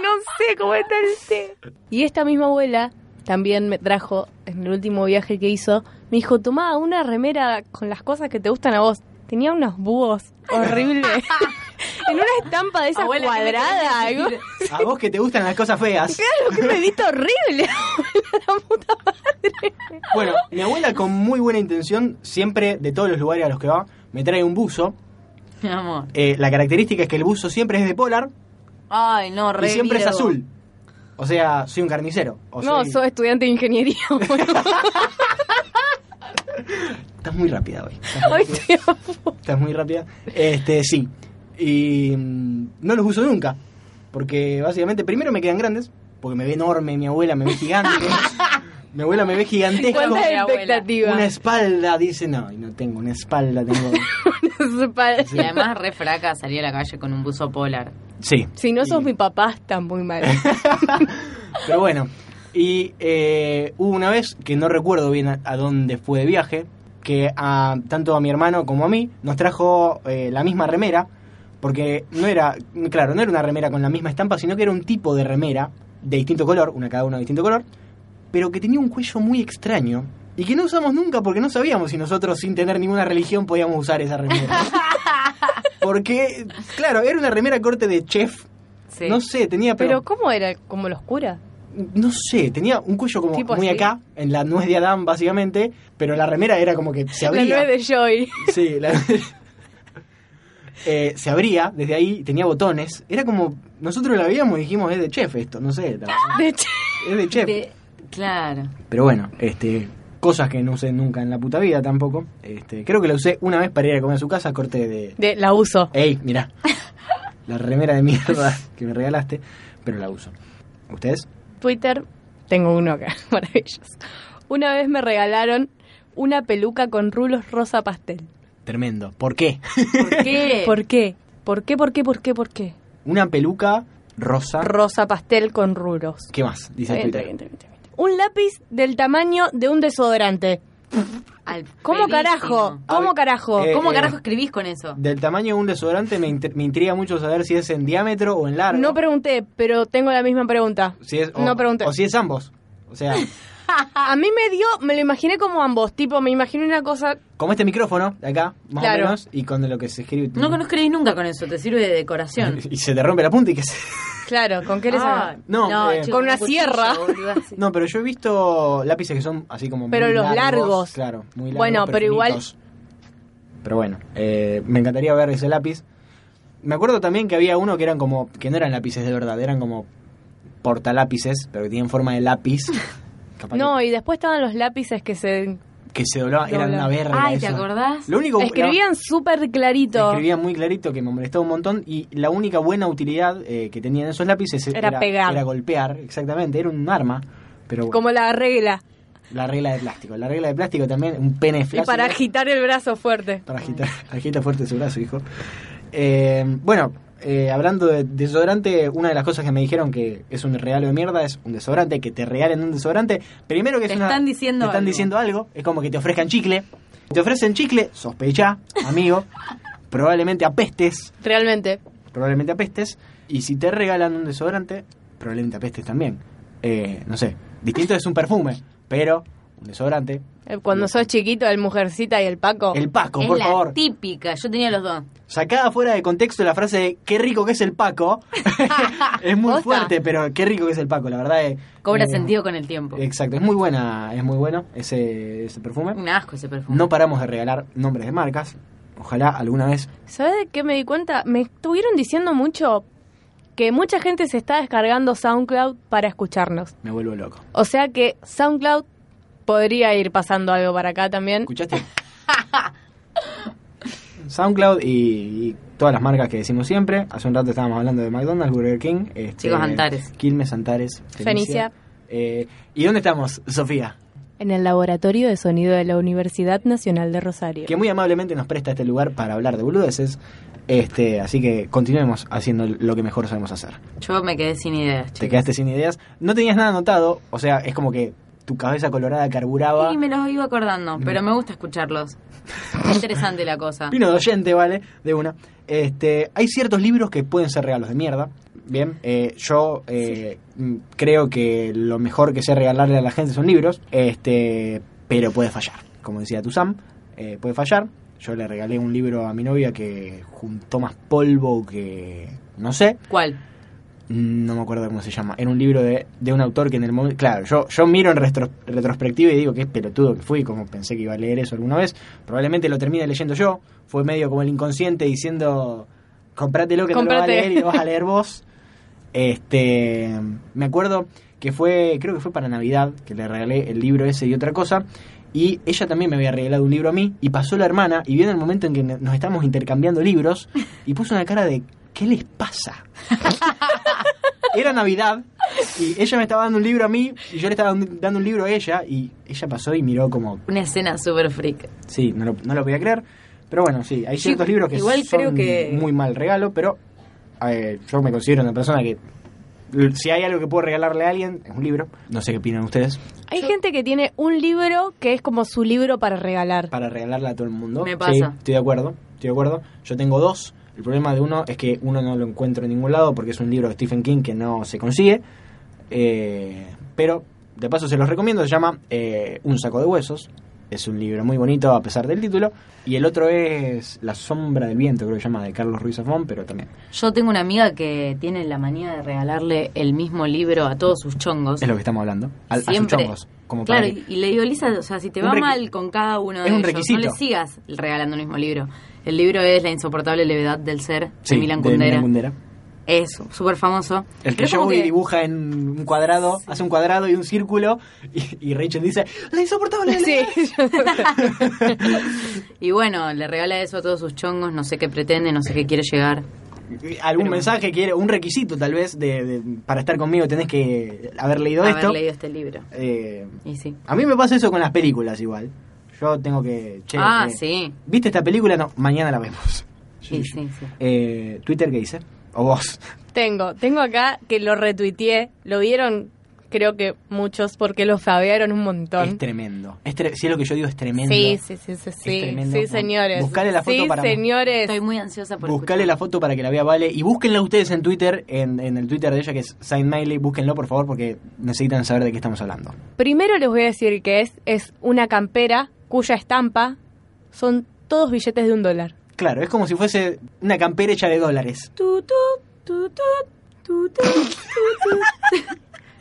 B: no sé cómo está el té. Y esta misma abuela también me trajo, en el último viaje que hizo, me dijo, tomá una remera con las cosas que te gustan a vos. Tenía unos búhos horribles. en una estampa de esa
C: Abuela, ¿qué me querés
B: cuadrada.
C: decir?
B: algo-
A: A vos que te gustan las cosas feas.
B: Claro, que pedito horrible.
A: Bueno, mi abuela con muy buena intención, siempre de todos los lugares a los que va, me trae un buzo.
C: Mi amor.
A: Eh, la característica es que el buzo siempre es de polar
C: Ay, no, re
A: y siempre es
C: virgo.
A: azul. O sea, soy un carnicero. O
B: no,
A: soy-
B: soy estudiante de ingeniería. boludo.
A: Estás muy rápida hoy. Estás,
B: Hoy estoy a full.
A: estás muy rápida. Este, sí. Y mm, no los uso nunca. Porque básicamente, primero me quedan grandes, porque me ve enorme, mi abuela me ve gigante. mi abuela me ve gigantesco.
C: Cuánta
B: ¿Cuántas
C: de abuela.
B: expectativas?
A: Una espalda, dice, no, y no tengo una espalda, tengo...
C: Y además re fraca salía a la calle con un buzo polar.
A: Sí.
B: Si no sos
A: Y-
B: mi papá, está muy mal.
A: Pero bueno, y eh, hubo una vez que no recuerdo bien a, a dónde fue de viaje, que a, tanto a mi hermano como a mí nos trajo eh, la misma remera, porque no era, claro, no era una remera con la misma estampa, sino que era un tipo de remera de distinto color, una cada una de distinto color, pero que tenía un cuello muy extraño. Y que no usamos nunca porque no sabíamos si nosotros sin tener ninguna religión podíamos usar esa remera. Porque, claro, era una remera corte de chef.
C: Sí.
A: No sé, tenía
B: Pero ¿cómo era? ¿Como los curas?
A: no sé, tenía un cuello como
B: Tipo
A: muy
B: así.
A: acá, en la nuez de Adán, básicamente, pero la remera era como que se
B: La
A: abría.
B: nuez de Joy.
A: Sí, la- Eh, se abría desde ahí, tenía botones. Era como. Nosotros la veíamos y dijimos, es de chef esto, no sé. la-
B: De hecho,
A: Es de chef.
C: De- Claro.
A: Pero bueno, este. Cosas que no usé nunca en la puta vida tampoco. Este, creo que la usé una vez para ir a comer a su casa, corte de.
B: de- la uso.
A: ¡Ey, mirá! La remera de mierda que me regalaste, pero la uso. ¿Ustedes?
B: Twitter, tengo uno acá, maravilloso. Una vez me regalaron una peluca con rulos rosa pastel.
A: Tremendo. ¿Por qué?
C: ¿Por qué?
B: ¿Por qué? ¿Por qué, por qué, por qué, por qué?
A: Una peluca rosa.
B: Rosa pastel con rulos.
A: ¿Qué más? Dice
B: Está bien,
A: Twitter.
B: está bien, está bien, está bien. Un lápiz del tamaño de un desodorante.
C: Al
B: ¿Cómo
C: pelísimo.
B: carajo?
A: A ver,
B: ¿Cómo carajo?
A: eh,
C: ¿Cómo
A: eh,
C: carajo escribís con eso?
A: Del tamaño de un desodorante me, inter- me intriga mucho saber si es en diámetro o en largo.
B: No pregunté, pero tengo la misma pregunta.
A: si es, o,
B: no pregunté.
A: O si es ambos. O sea,
B: A mí me dio, me lo imaginé como ambos, tipo, me imaginé una cosa
A: como este micrófono de acá, más
B: Claro.
A: o menos, y con lo que se escribe.
C: No, no escribís nunca con eso, te sirve de decoración.
A: Y se te rompe la punta y que se...
B: Claro, ¿con qué les
C: Ah,
B: hago?
A: No, eh,
B: con una
C: cuchillo,
B: sierra.
C: boludo, así.
A: No, pero yo he visto lápices que son así como
B: Este. Pero
A: muy
B: los largos.
A: Claro, muy largos.
B: Bueno, pero igual-
A: finitos. Pero bueno, eh, me encantaría ver ese lápiz. Me acuerdo también que había uno que eran como... Que no eran lápices de verdad, eran como portalápices, pero que tenían forma de lápiz. Capaz
B: No, y después estaban los lápices que se
A: que se doblaba, era
B: Doblaba.
A: una verga.
C: Ay, ¿te
A: eso.
C: acordás?
A: Lo único
B: escribían súper
A: la-
B: clarito.
A: escribían muy clarito que me molestaba un montón y la única buena utilidad eh, que tenían esos lápices
B: Era pegar.
A: Era golpear, exactamente, era un arma. Pero bueno,
B: Como la regla.
A: la regla de plástico. La regla de plástico también, un pene
B: Y
A: flácido.
B: para agitar el brazo fuerte.
A: Para agitar. Agita fuerte su brazo, hijo. Eh, bueno, eh, hablando de desodorante, una de las cosas que me dijeron que es un regalo de mierda es un desodorante, que te regalen un desodorante. Primero que es
D: Te
A: una-
D: están diciendo
A: te están
D: algo.
A: diciendo algo, es como que te ofrezcan chicle. Te ofrecen chicle, sospecha, amigo, probablemente apestes,
B: Realmente.
A: probablemente apestes. Y si te regalan un desodorante, probablemente apestes también. Eh, no sé, distinto es un perfume, pero un desodorante.
B: Eh, Cuando sos chiquito, el mujercita y el Paco.
A: El Paco,
C: es
A: por
C: la
A: favor.
C: típica, yo tenía los dos.
A: Sacada fuera de contexto la frase de qué rico que es el Paco. es muy
C: Posta.
A: fuerte, pero qué rico que es el Paco, la verdad. eh,
C: Cobra
A: eh,
C: sentido con el tiempo.
A: Exacto, es muy buena, es muy bueno ese, ese perfume.
C: Un asco ese perfume.
A: No paramos de regalar nombres de marcas. Ojalá alguna vez.
B: ¿Sabes de qué me di cuenta? Me estuvieron diciendo mucho que mucha gente se está descargando SoundCloud para escucharnos.
A: Me vuelvo loco.
B: O sea que SoundCloud podría ir pasando algo para acá también.
A: ¿Escuchaste? SoundCloud y, y todas las marcas que decimos siempre. Hace un rato estábamos hablando de McDonald's, Burger King. este,
C: Chicos, Antares.
A: Quilmes, Antares.
B: Fenicia.
A: Eh, ¿Y dónde estamos, Sofía?
B: En el laboratorio de sonido de la Universidad Nacional de Rosario.
A: que muy amablemente nos presta este lugar para hablar de boludeces. Este, así que continuemos haciendo lo que mejor sabemos hacer.
C: Yo me quedé sin ideas, chicos.
A: Te quedaste sin ideas, no tenías nada anotado, o sea, es como que tu cabeza colorada carburaba.
C: Y me los iba acordando, pero me gusta escucharlos. Qué interesante la cosa.
A: Mm. Vino de oyente, ¿vale? De una. Este, hay ciertos libros que pueden ser regalos de mierda. Bien, eh, yo eh, mm, creo que lo mejor que sé regalarle a la gente son libros, este, pero puede fallar. Como decía tu Sam, eh, puede fallar. Yo le regalé un libro a mi novia que juntó más polvo que... no sé.
C: ¿Cuál?
A: No me acuerdo cómo se llama. Era un libro de, de un autor que en el momento. Claro, yo, yo miro en retro- retrospectiva y digo que es pelotudo que fui, como pensé que iba a leer eso alguna vez. Probablemente lo termine leyendo yo. Fue medio como el inconsciente diciendo: Comprátelo que no lo
B: Comprate".
A: vas a leer y lo vas a leer vos. Este. Me acuerdo que fue. Creo que fue para Navidad que le regalé el libro ese y otra cosa. Y ella también me había regalado un libro a mí. Y pasó la hermana y vio en el momento en que nos estábamos intercambiando libros. Y puso una cara de: ¿Qué les pasa? era Navidad y ella me estaba dando un libro a mí y yo le estaba dando- dando un libro a ella y ella pasó y miró como,
C: Una escena super freak.
A: sí, no lo, no lo podía creer. Pero bueno, sí, hay
D: Sí,
A: ciertos libros que
D: igual
A: son
D: creo que-
A: muy mal regalo, pero eh, yo me considero una persona que l- si hay algo que puedo regalarle a alguien, es un libro. No sé qué opinan ustedes.
B: Hay gente que tiene un libro que es como su libro para regalar.
A: Para regalarle a todo el mundo.
C: Me
A: Sí,
C: pasa.
A: estoy de acuerdo, estoy de acuerdo. Yo tengo dos. El problema de uno es que uno no lo encuentro en ningún lado porque es un libro de Stephen King que no se consigue. Eh, pero, de paso, se los recomiendo. Se llama eh, Un saco de huesos. Es un libro muy bonito a pesar del título. Y el otro es La sombra del viento, creo que se llama, de Carlos Ruiz Zafón, pero también
C: Yo tengo una amiga que tiene la manía de regalarle el mismo libro a todos sus chongos.
A: es lo que estamos hablando. Al, a sus
C: Siempre.
A: chongos. Como para
C: claro,
A: que-
C: y, y le digo, Lisa, o sea, si te
A: Un
C: va
A: requi-
C: mal con cada uno de
A: Es un
C: ellos,
A: requisito.
C: no le sigas regalando el mismo libro. El libro es La insoportable levedad del ser,
A: Sí,
C: de Milan
A: de
C: Kundera.
A: Milan Kundera.
C: Es súper famoso.
A: El que
C: Pero como
A: Joey
C: que-
A: dibuja en un cuadrado, hace un cuadrado y un círculo, y, y Rachel dice, la insoportable. la
B: Sí,
C: Y bueno, le regala eso a todos sus chongos, no sé qué pretende, no sé qué quiere llegar.
A: insoportable". Algún
C: Pero-
A: mensaje quiere, un requisito tal vez de, de- para estar conmigo tenés que haber leído
C: haber
A: esto.
C: leído este libro.
A: Eh,
C: Y sí.
A: a mí me pasa eso con las películas igual. Yo tengo que... che,
C: ah,
A: eh,
C: sí.
A: ¿Viste esta película? No, mañana la vemos.
C: Sí, sí, sí.
A: Eh, Twitter, ¿qué dice? O vos.
B: Tengo, tengo acá que lo retuiteé, lo vieron creo que muchos porque lo fabearon un montón.
A: Es tremendo. Es tre- si es lo que yo digo, es tremendo.
B: sí, sí, sí, sí, sí,
A: tremendo.
B: sí, señores.
A: Buscale la foto
B: sí,
A: para-
B: señores.
C: Estoy muy ansiosa por
A: Buscale la
C: escuchar.
A: foto para que la vea Vale y búsquenla ustedes en Twitter, en, en el Twitter de ella que es Saint Miley, búsquenlo por favor porque necesitan saber de qué estamos hablando.
B: Primero les voy a decir que es, es una campera cuya estampa son todos billetes de un dólar.
A: Claro, es como si fuese una campera hecha de dólares.
B: Tu, tu, tu, tu, tu, tu.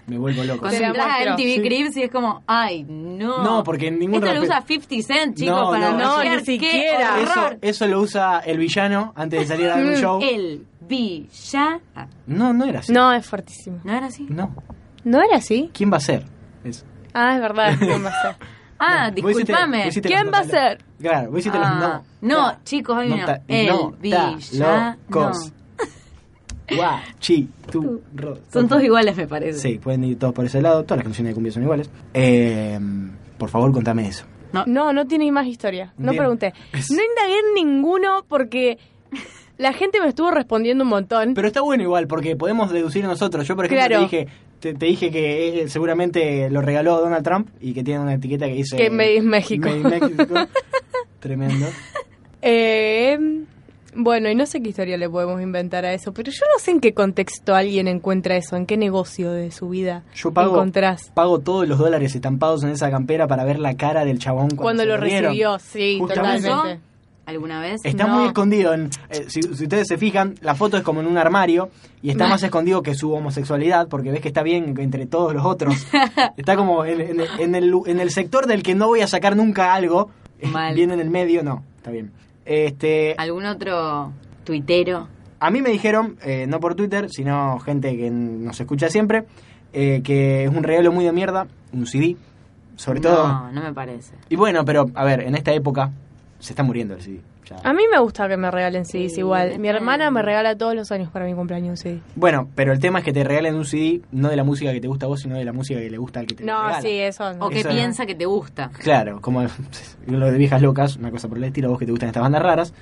A: Me vuelvo loco.
C: Cuando
B: Te la
C: entras a
B: muestro.
C: MTV
A: Sí.
C: Cribs y es como, ay, no.
A: No, porque en ningún
C: Esto lo
A: rape-
C: usa 50 Cent, chicos,
A: No,
C: para
A: no,
B: no,
C: anunciar
B: ni
C: qué
B: siquiera.
A: Eso,
C: horror.
A: eso lo usa el villano antes de salir a algún show.
C: El villano.
A: No, no era así.
B: No, es fortísimo.
C: ¿No era así?
A: No.
B: ¿No era así?
A: ¿Quién va a ser? Es-
B: Ah, es verdad. ¿Quién va a ser?
C: Ah,
A: Vos hiciste-
C: discúlpame.
A: vos hiciste
B: ¿Quién
A: los
B: va a
A: notas-
B: ser?
A: Claro, vos hiciste los
C: Ah,
A: no.
C: no, chicos, hay
A: No
C: una.
A: ta-
C: El
A: no ta-
C: villano.
A: locos. Guá, chi, tu, ro-
C: Son todos iguales, me parece.
A: Sí, pueden ir todos por ese lado. Todas las canciones de cumbia son iguales. Eh, por favor, contame eso.
B: No, no tiene más historia. No
A: Bien.
B: pregunté.
A: Es-
B: No indagué en ninguno porque La gente me estuvo respondiendo un montón.
A: Pero está bueno igual, porque podemos deducir nosotros. Yo, por ejemplo,
B: Claro.
A: te dije te, te dije que eh, seguramente lo regaló Donald Trump y que tiene una etiqueta que dice...
B: Que Made in México.
A: Made in México. Tremendo.
B: Eh, bueno, y no sé qué historia le podemos inventar a eso, pero yo no sé en qué contexto alguien encuentra eso, en qué negocio de su vida
A: Yo pago,
B: encontrás.
A: pago todos los dólares estampados en esa campera para ver la cara del chabón cuando,
B: Cuando
A: se
B: lo
A: dieron.
B: recibió, sí,
A: Justamente.
B: totalmente.
C: ¿Alguna vez?
A: Está
B: No.
A: muy escondido. en- eh, si, si ustedes se fijan, la foto es como en un armario y está más escondido que su homosexualidad porque ves que está bien entre todos los otros. Está como en, en- en el, lu- en el sector del que no voy a sacar nunca algo.
C: Mal.
A: Bien en el medio, no. Está bien. Este,
C: ¿Algún otro tuitero?
A: a mí me dijeron, eh, no por Twitter, sino gente que n- nos escucha siempre, eh, que es un regalo muy de mierda, un CD, sobre todo.
C: No, no me parece.
A: Y bueno, pero a ver, en esta época se está muriendo el CD. ya.
B: A mí me gusta que me regalen CDs
C: Sí,
B: igual.
C: está
B: Mi hermana me
A: Mm.
C: bien.
B: regala todos los años para mi cumpleaños un CD.
A: Bueno, pero el tema es que te regalen un CD no de la música que te gusta a vos, sino de la música que le gusta al que te
B: No,
A: regala.
B: sí, eso no.
C: ¿O que
A: Eso-
C: piensa que te gusta?
A: Claro, como lo de viejas locas, una cosa por el estilo, a vos que te gustan estas bandas raras.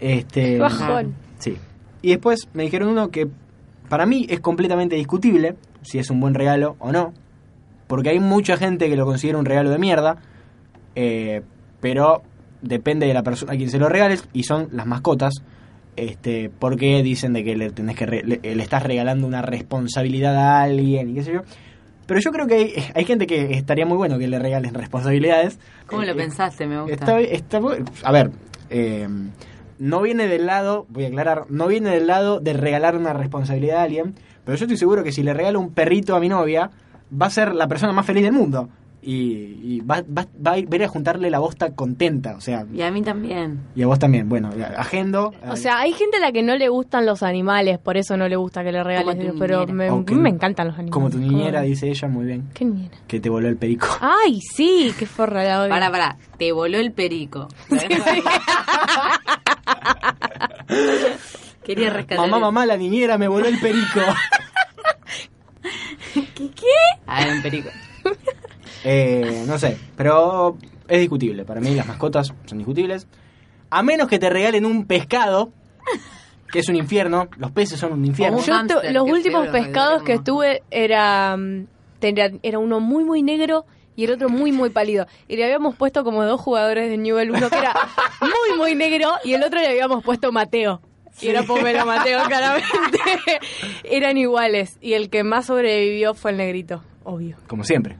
A: Este,
B: Qué bajón.
A: Sí. Y después me dijeron uno que para mí es completamente discutible si es un buen regalo o no, porque hay mucha gente que lo considera un regalo de mierda, eh, pero depende de la persona a quien se lo regales y son las mascotas. Este, porque dicen de que le tenés que re- le, le estás regalando una responsabilidad a alguien y qué sé yo. Pero yo creo que hay, hay gente que estaría muy bueno que le regalen responsabilidades.
C: ¿Cómo lo
A: Eh,
C: pensaste? Me gusta.
A: Está, está bu- a ver, eh, no viene del lado, voy a aclarar, no viene del lado de regalar una responsabilidad a alguien, pero yo estoy seguro que si le regalo un perrito a mi novia, va a ser la persona más feliz del mundo. Y, y va, va- va a ir, va a ir a juntarle la bosta contenta, o sea,
C: Y a mí también.
A: y a vos también, bueno, agendo. eh,
B: O sea, hay gente a la que no le gustan los animales, por eso no le gusta que le
C: Como
B: regales.
C: tu
B: Pero
C: niñera.
B: me,
A: O que-
B: me encantan los animales.
A: como tu niñera,
B: Como-
A: dice ella, muy bien,
B: ¿Qué niñera?
A: que te voló el perico.
B: Ay, sí, qué forra la odio.
C: Para, para, te voló el perico. Quería rescatar.
A: Mamá, mamá, la niñera me voló el perico.
C: A ver, Ah, un perico.
A: Eh, no sé, pero es discutible. Para mí las mascotas son discutibles. A menos que te regalen un pescado, que es un infierno. Los peces son un infierno.
C: Un
B: Yo
C: hámster,
B: tu- los
C: qué
B: últimos
C: feo,
B: pescados
C: ¿no?
B: que estuve era, mm, tenía- era uno muy muy negro y el otro muy muy pálido. Y le habíamos puesto como dos jugadores de nivel uno que era muy muy negro y el otro le habíamos puesto Mateo. Y era Pomelo Mateo, claramente. Eran iguales. Y el que más sobrevivió fue el negrito, obvio.
A: Como siempre.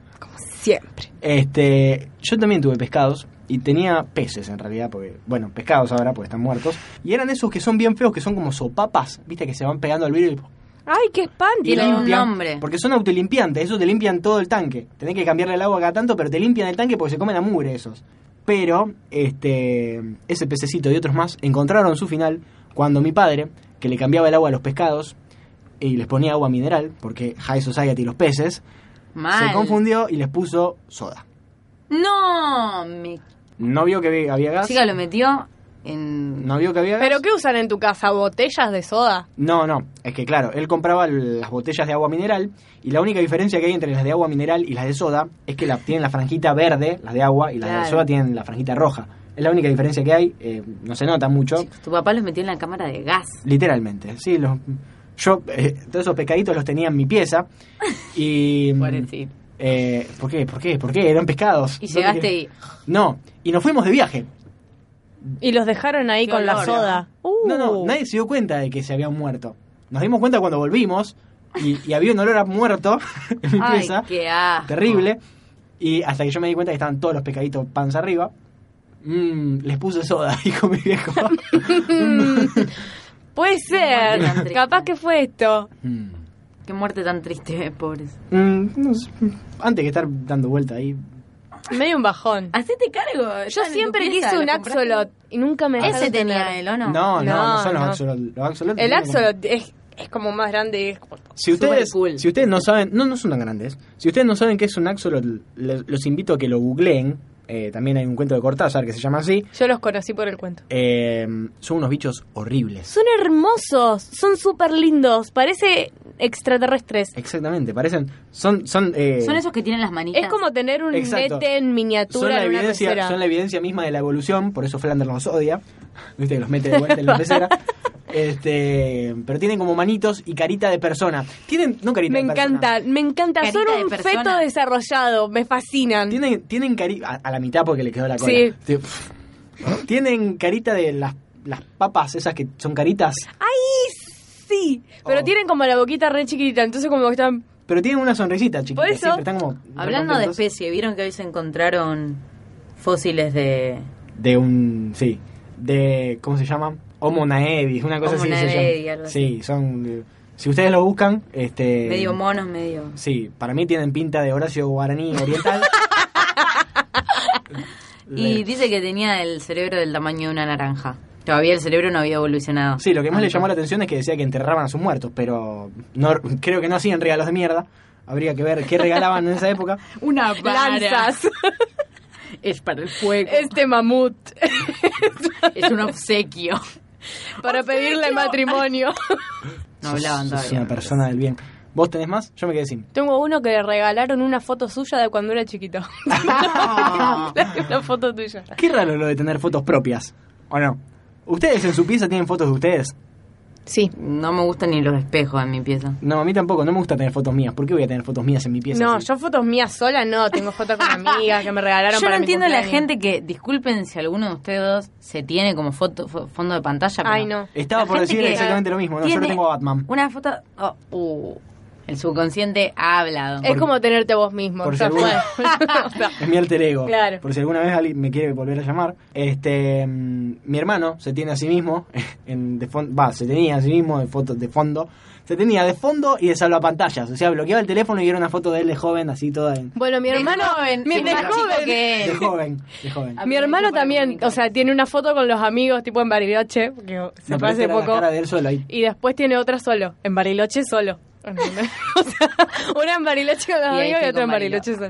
B: Siempre.
A: Este, yo también tuve pescados y tenía peces en realidad, porque bueno, pescados ahora porque están muertos. Y eran esos que son bien feos, que son como sopapas, viste que se van pegando al vidrio
B: ¡Ay, qué espanto!
A: y, y
C: Tienen un
A: limpian,
C: nombre.
A: porque son autolimpiantes, esos te limpian todo el tanque. Tenés que cambiarle el agua cada tanto, pero te limpian el tanque porque se comen a mugre esos. Pero este ese pececito y otros más encontraron su final cuando mi padre, que le cambiaba el agua a los pescados y les ponía agua mineral, porque High Society y los peces,
C: Mal.
A: se confundió y les puso soda.
C: No, mi
A: No vio que había gas.
C: chica lo metió en.
A: No vio que había gas.
B: ¿Pero qué usan en tu casa? ¿Botellas de soda?
A: No, no, es que claro, él compraba l- las botellas de agua mineral y la única diferencia que hay entre las de agua mineral y las de soda es que la, tienen la franjita verde, las de agua, y las de
C: Claro.
A: soda tienen la franjita roja. Es la única diferencia que hay, eh, no se nota mucho,
C: Chicos, tu papá los metió en la cámara de gas.
A: literalmente. Sí, los, yo eh, todos esos pescaditos los tenía en mi pieza y...
C: Pobrecito.
A: eh, ¿Por qué? ¿Por qué? ¿Por qué? Eran pescados.
C: Y
A: No te
C: llegaste
A: quería-
C: y.
A: No, y nos fuimos de viaje.
B: Y los dejaron ahí
C: Qué
B: con la
C: olor.
B: soda.
A: No, no,
B: Uh.
A: nadie se dio cuenta de que se habían muerto. Nos dimos cuenta cuando volvimos y, y había un olor a muerto en mi
C: Ay,
A: pieza.
C: qué asco.
A: Terrible. Y hasta que yo me di cuenta que estaban todos los pescaditos panza arriba. Mm, les puse soda, dijo mi viejo.
B: Puede ser.
C: Bueno, Andrés.
B: Capaz que fue esto.
A: Mm.
C: Qué muerte tan triste, eh, pobres.
A: Mm, no sé, antes que estar dando vuelta ahí.
B: Medio un bajón.
C: Hacete cargo.
B: Ah, Yo
C: están en
B: siempre
C: tu pieza,
B: quise un
C: ¿la compraste?
B: axolot y nunca me
C: Ese
B: dejaron
C: tenía
B: tener.
C: él, ¿o no?
A: No, no, no,
B: No,
A: son los
B: no.
A: axolot. Los axolot
B: El
A: tienen como-
B: axolot es, es como más grande y es como-
A: Si
C: Súper
A: ustedes,
C: cool.
A: si ustedes no saben, no, no son tan grandes. Si ustedes no saben qué es un axolotl, le- los invito a que lo googleen. Eh, también hay un cuento de Cortázar que se llama así.
B: Yo los conocí por el cuento.
A: Eh, son unos bichos horribles.
B: Son hermosos, son súper lindos, parece extraterrestres.
A: Exactamente, parecen. Son. Son, eh,
C: Son esos que tienen las manitas.
B: Es como tener un
A: Exacto.
B: nete en
A: son
B: miniatura
A: la,
B: en una
A: evidencia,
B: pecera.
A: son la evidencia misma de la evolución, por eso Flanders los odia. Viste que los mete de vuelta en la pecera. Este, pero tienen como manitos y carita de persona. Tienen, no carita
B: Me
A: de persona.
B: encanta, me encanta.
C: Carita
B: Son
C: de
B: un
C: persona.
B: feto desarrollado, me fascinan.
A: Tienen, tienen cari a, a la mitad porque le quedó la cola.
B: Sí.
A: Tipo, Tienen carita de las, las papas, esas que son caritas,
B: Ah. Sí, pero
A: Oh.
B: tienen como la boquita re chiquita, entonces como que están...
A: pero tienen una sonrisita chiquita.
B: Por eso,
A: siempre están como
C: Hablando de
A: contentos.
C: especie, ¿vieron que hoy se encontraron fósiles de
A: de un sí de cómo se llama Homo naevis una cosa
C: Homo
A: así se llama.
C: naevi, algo así.
A: sí son eh, si ustedes lo buscan este
C: medio monos, medio...
A: sí para mí tienen pinta de Horacio Guaraní oriental
C: Y
A: Le-
C: dice que tenía el cerebro del tamaño de una naranja. Todavía el cerebro no había evolucionado.
A: sí lo que más le llamó la atención es que decía que enterraban a sus muertos pero no creo que no hacían regalos de mierda habría que ver qué regalaban en esa época
C: Una
B: Lanzas,
C: Es para el fuego. Es,
B: este mamut,
C: un obsequio.
B: para pedirle matrimonio.
C: No
A: Sos-
C: hablaban
A: sos
C: todavía.
A: una persona del bien vos tenés más yo me quedé sin
B: Tengo uno que le regalaron una foto suya de cuando era chiquito.
C: Ah.
B: una foto tuya.
A: qué raro lo de tener fotos propias o no ustedes en su pieza tienen fotos de ustedes
B: Sí.
C: No me gustan ni los espejos en mi pieza.
A: No, a mí tampoco, no me gusta tener fotos mías. ¿Por qué voy a tener fotos mías en mi pieza?
B: No,
A: Sí.
B: yo fotos mías sola no, tengo fotos con amigas que me regalaron
C: Yo no
B: para mi
C: entiendo a la
B: cumpleaños.
C: gente que, disculpen si alguno de ustedes dos se tiene como foto, fo- fondo de pantalla. pero
B: Ay, no.
A: Estaba
C: la
A: por
C: gente
A: decir
C: que
A: exactamente lo mismo. No, yo
C: tiene
A: no tengo a Batman.
C: Una foto... oh, uh, el subconsciente ha hablado.
B: Es como tenerte vos mismo.
A: por si
B: ya
A: alguno-
B: fue. O sea,
A: Es mi alter ego.
B: Claro.
A: Por si alguna vez alguien me quiere volver a llamar. Este, mm, mi hermano se tiene a sí mismo en de fondo, va, se tenía a sí mismo de fotos de fondo. Se tenía de fondo y de salvapantallas, o sea, bloqueaba el teléfono y era una foto de él de joven así toda en-
B: Bueno, mi
C: De
B: hermano,
C: joven,
B: mi,
C: sí,
B: de
C: más chico
B: joven.
C: que
A: de
C: él.
A: joven, de joven.
C: A
B: mi
C: mí me
B: hermano
C: chupa la
B: también,
C: manita.
B: o sea, tiene una foto con los amigos, tipo en Bariloche, que se
A: No, pero
B: fue
A: esta
B: hace
A: era la
B: poco,
A: cara de él solo ahí.
B: y después tiene otra solo, en Bariloche solo. ¿entendés? o sea, una en Bariloche con los
C: Y ahí
B: amigos y
C: estoy
B: otra en
C: con
B: Bariloche
A: Mm.
B: solo.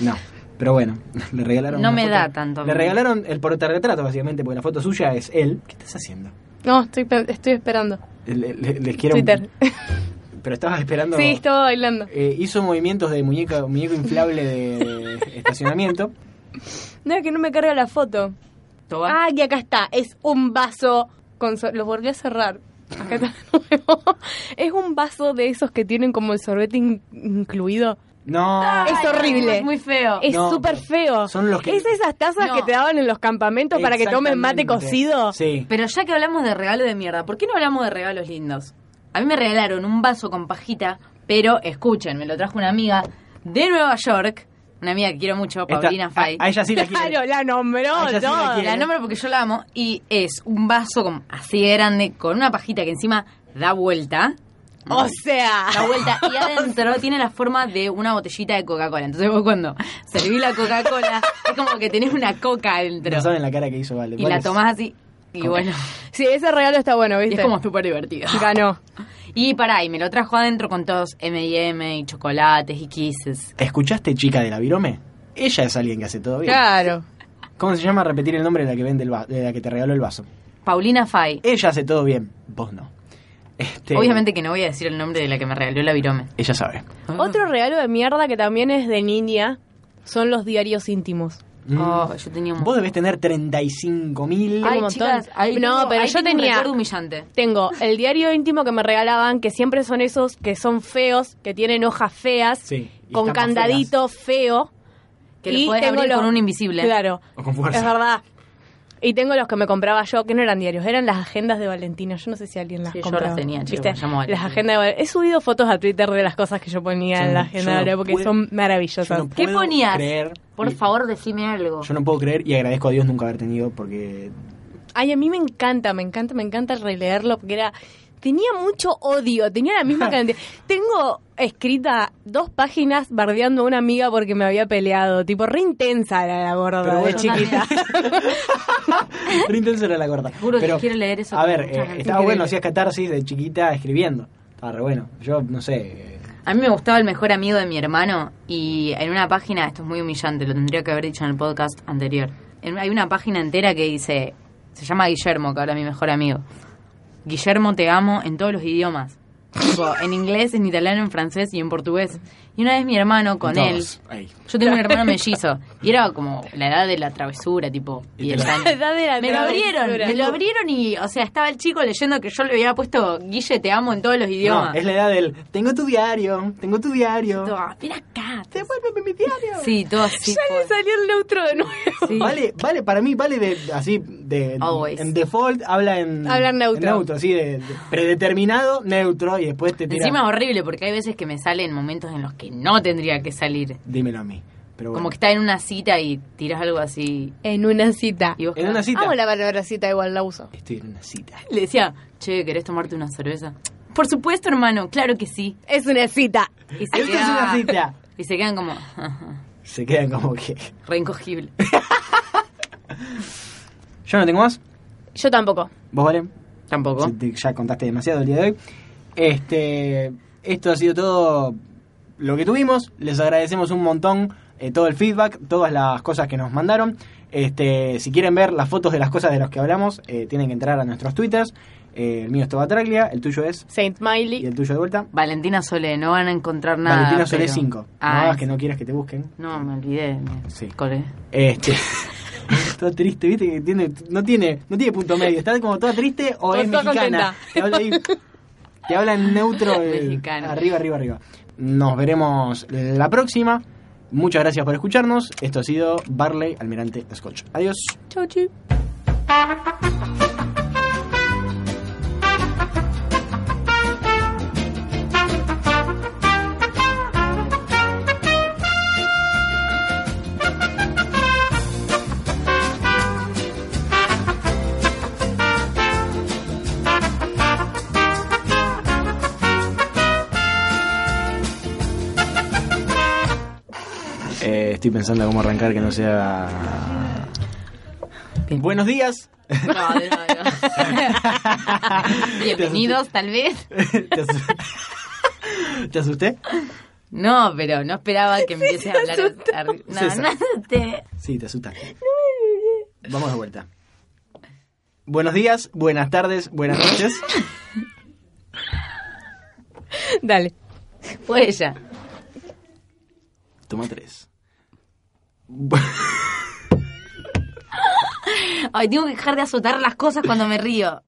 A: No. Pero bueno, le regalaron.
C: No
A: una
C: me
A: foto.
C: da tanto a
A: Le
C: mí.
A: regalaron el portarretrato, básicamente, porque la foto suya es él. ¿Qué estás haciendo?
B: No, estoy, pe- estoy esperando.
A: Le- le- les quiero.
B: Twitter.
A: Pero estabas esperando.
B: Sí, estaba bailando.
A: Eh, hizo movimientos de muñeca, muñeco inflable de estacionamiento.
B: No, es que no me carga la foto.
C: Toba.
B: Ah, que acá está. Es un vaso con... sor- Los volví a cerrar. Acá está de nuevo. Es un vaso de esos que tienen como el sorbete in- incluido.
A: No.
B: es
C: Ay,
B: horrible.
C: Es muy feo.
B: Es
A: No,
B: súper feo.
A: son los que-
B: Es esas tazas
C: No.
B: que te daban en los campamentos para que tomes mate
A: Exactamente.
B: cocido.
A: Sí.
C: Pero ya que hablamos de regalo de mierda, ¿por qué no hablamos de regalos lindos? A mí me regalaron un vaso con pajita, pero escuchen, me lo trajo una amiga de Nueva York, una amiga que quiero mucho,
A: Esta-
C: Paulina
A: a-
C: Fay.
A: A, ella sí la quiere.
B: Claro, la nombró.
A: Ah, ya sí la
B: todo.
A: quiere.
C: La nombro porque yo la amo y es un vaso como así de grande con una pajita que encima da vuelta.
B: O sea...
C: Da vuelta y adentro tiene la forma de una botellita de Coca-Cola. Entonces vos cuando servís la Coca-Cola es como que tenés una coca adentro
A: No saben la cara que hizo, vale.
C: y
A: ¿Cuál
C: la
A: es?
C: tomás así y bueno,
B: Sí, ese regalo está bueno,
C: y
B: ¿viste?
C: es como súper divertido.
B: Ganó.
C: Y pará, y me lo trajo adentro con todos M&M y chocolates y kisses.
A: ¿Escuchaste, chica de la virome? Ella es alguien que hace todo bien.
B: Claro.
A: ¿Cómo se llama repetir el nombre de la que vende el va- de la que te regaló el vaso?
C: Paulina Fay.
A: Ella hace todo bien, vos no. Este,
C: Obviamente que no voy a decir el nombre de la que me regaló la virome.
A: Ella sabe.
B: Otro regalo de mierda que también es de niña son los diarios íntimos.
A: Mm.
C: Oh, yo tenía un... Ah,
A: Vos debés tener 35 mil.
B: Ay,
C: Ay,
B: montón.
C: chicas, ahí
B: No,
C: tengo-
B: pero
C: ahí
B: yo
C: tengo un
B: tenía-
C: recuerdo humillante.
B: Tengo el diario íntimo que me regalaban, que siempre son esos que son feos, que tienen hojas feas,
A: Sí, y
B: con
A: estampas
B: candadito feo.
C: Que lo podés abrir con un invisible.
B: Claro.
A: O con fuerza.
B: Es verdad. Y tengo los que me compraba yo, que no eran diarios, eran las agendas de Valentina. Yo no sé si alguien las
C: Sí, yo
B: compraba.
C: las tenía, chico,
B: ¿Viste?
C: me llamo Valentina.
B: Las agendas de Val- He subido fotos a Twitter de las cosas que yo ponía
A: Yo
B: en
A: no-
B: la
A: yo no
B: agenda, porque
A: puedo-
B: son
A: yo
B: maravillosas.
A: no
C: ¿Qué
A: Puedo
C: ponías?
A: creer.
C: Por
A: Y-
C: favor, decime algo.
A: Yo no puedo creer y agradezco a Dios nunca haber tenido porque
B: Ay, a mí me encanta, me encanta, me encanta releerlo porque era. Tenía mucho odio, tenía la misma cantidad. Tengo escrita dos páginas bardeando a una amiga porque me había peleado. Tipo, re intensa era la gorda
A: Pero
B: de
A: bueno,
B: chiquita.
A: Re intenso era la corta.
C: juro que
A: Pero,
C: quiero leer eso
A: A
C: con
A: ver,
C: muchas
A: eh,
C: ganas.
A: estaba
C: Increíble.
A: bueno, hacías catarsis de chiquita escribiendo. Estaba re bueno. Yo, no sé. eh,
C: A mí me gustaba el mejor amigo de mi hermano y en una página, esto es muy humillante, lo tendría que haber dicho en el podcast anterior. En- hay una página entera que dice, se llama Guillermo, que ahora es mi mejor amigo. Guillermo, te amo en todos los idiomas. Tipo, en inglés, en italiano, en francés y en portugués. Y una vez mi hermano con él,
A: Todos, ahí.
C: yo tengo un hermano mellizo, y era como la edad de la travesura, tipo
A: Y
C: 10
A: te la-
C: años.
B: Edad de la
C: Me lo
B: travesura.
C: abrieron, me lo abrieron y, o sea, estaba el chico leyendo que yo le había puesto Guille, te amo en todos los
A: No,
C: idiomas.
A: es la edad del tengo tu diario, tengo tu diario.
C: Todo, "Ah, Mira acá.
A: Devuélveme mi diario.
C: Sí, todo así.
B: Ya le
C: fue.
B: salió el neutro de nuevo.
C: Sí.
A: Vale, vale, para mí vale de así de
C: Always.
A: en default habla en
B: Habla en neutro.
A: así de, de predeterminado, neutro y después te tira.
C: Encima horrible, porque hay veces que me sale en momentos en los que no tendría que salir.
A: Dímelo a mí. Pero bueno.
C: Como que está en una cita y tiras algo así.
B: En una cita.
C: Y vos
A: en una cita.
B: Amo la palabra cita, igual la uso.
A: Estoy en una cita.
C: le decía, che, ¿querés tomarte una cerveza? Por supuesto, hermano, claro que sí.
B: Es una cita.
C: Y se,
A: Esto es
C: queda-
A: una cita.
C: Y se quedan como,
A: Se quedan como que
C: reincogible.
A: Yo no tengo más.
B: Yo tampoco.
A: ¿Vos vale?
C: Tampoco.
A: Si te- ya contaste demasiado el día de hoy. Este, esto ha sido todo lo que tuvimos. Les agradecemos un montón eh, todo el feedback, todas las cosas que nos mandaron. Este, si quieren ver las fotos de las cosas de las que hablamos, eh, tienen que entrar a nuestros twitters. Eh, el mío es Tobatraglia, el tuyo es
B: Saint
A: y
B: Miley.
A: el tuyo de vuelta.
C: Valentina Solé, no van a encontrar nada.
A: Valentina Solé
C: pero-
A: 5.
C: Ah,
A: no hagas
C: es-
A: que no quieras que te busquen.
C: no, me olvidé. me
A: Sí.
C: colgué.
A: Este. Todo triste, viste que tiene, no tiene, no tiene punto medio, está como toda triste o
B: O
A: es
B: toda
A: mexicana. Te habla, ahí- te habla en neutro eh,
C: Mexicano.
A: arriba, arriba, arriba. Nos veremos la próxima. Muchas gracias por escucharnos. Esto ha sido Barley Almirante Scotch. Adiós.
B: Chau, chau.
A: Eh, estoy pensando cómo arrancar que no sea.
C: Bien.
A: Buenos días.
C: No, no, no. Bienvenidos, tal vez.
A: ¿Te asu- ¿Te asusté?
C: No, pero no esperaba que empieces a hablar. ar- No,
A: César.
C: no te.
A: Sí, te asustaste. Vamos de vuelta. Buenos días, buenas tardes, buenas noches.
B: Dale.
C: Fue ella.
A: Toma tres.
C: Ay, tengo que dejar de azotar las cosas cuando me río.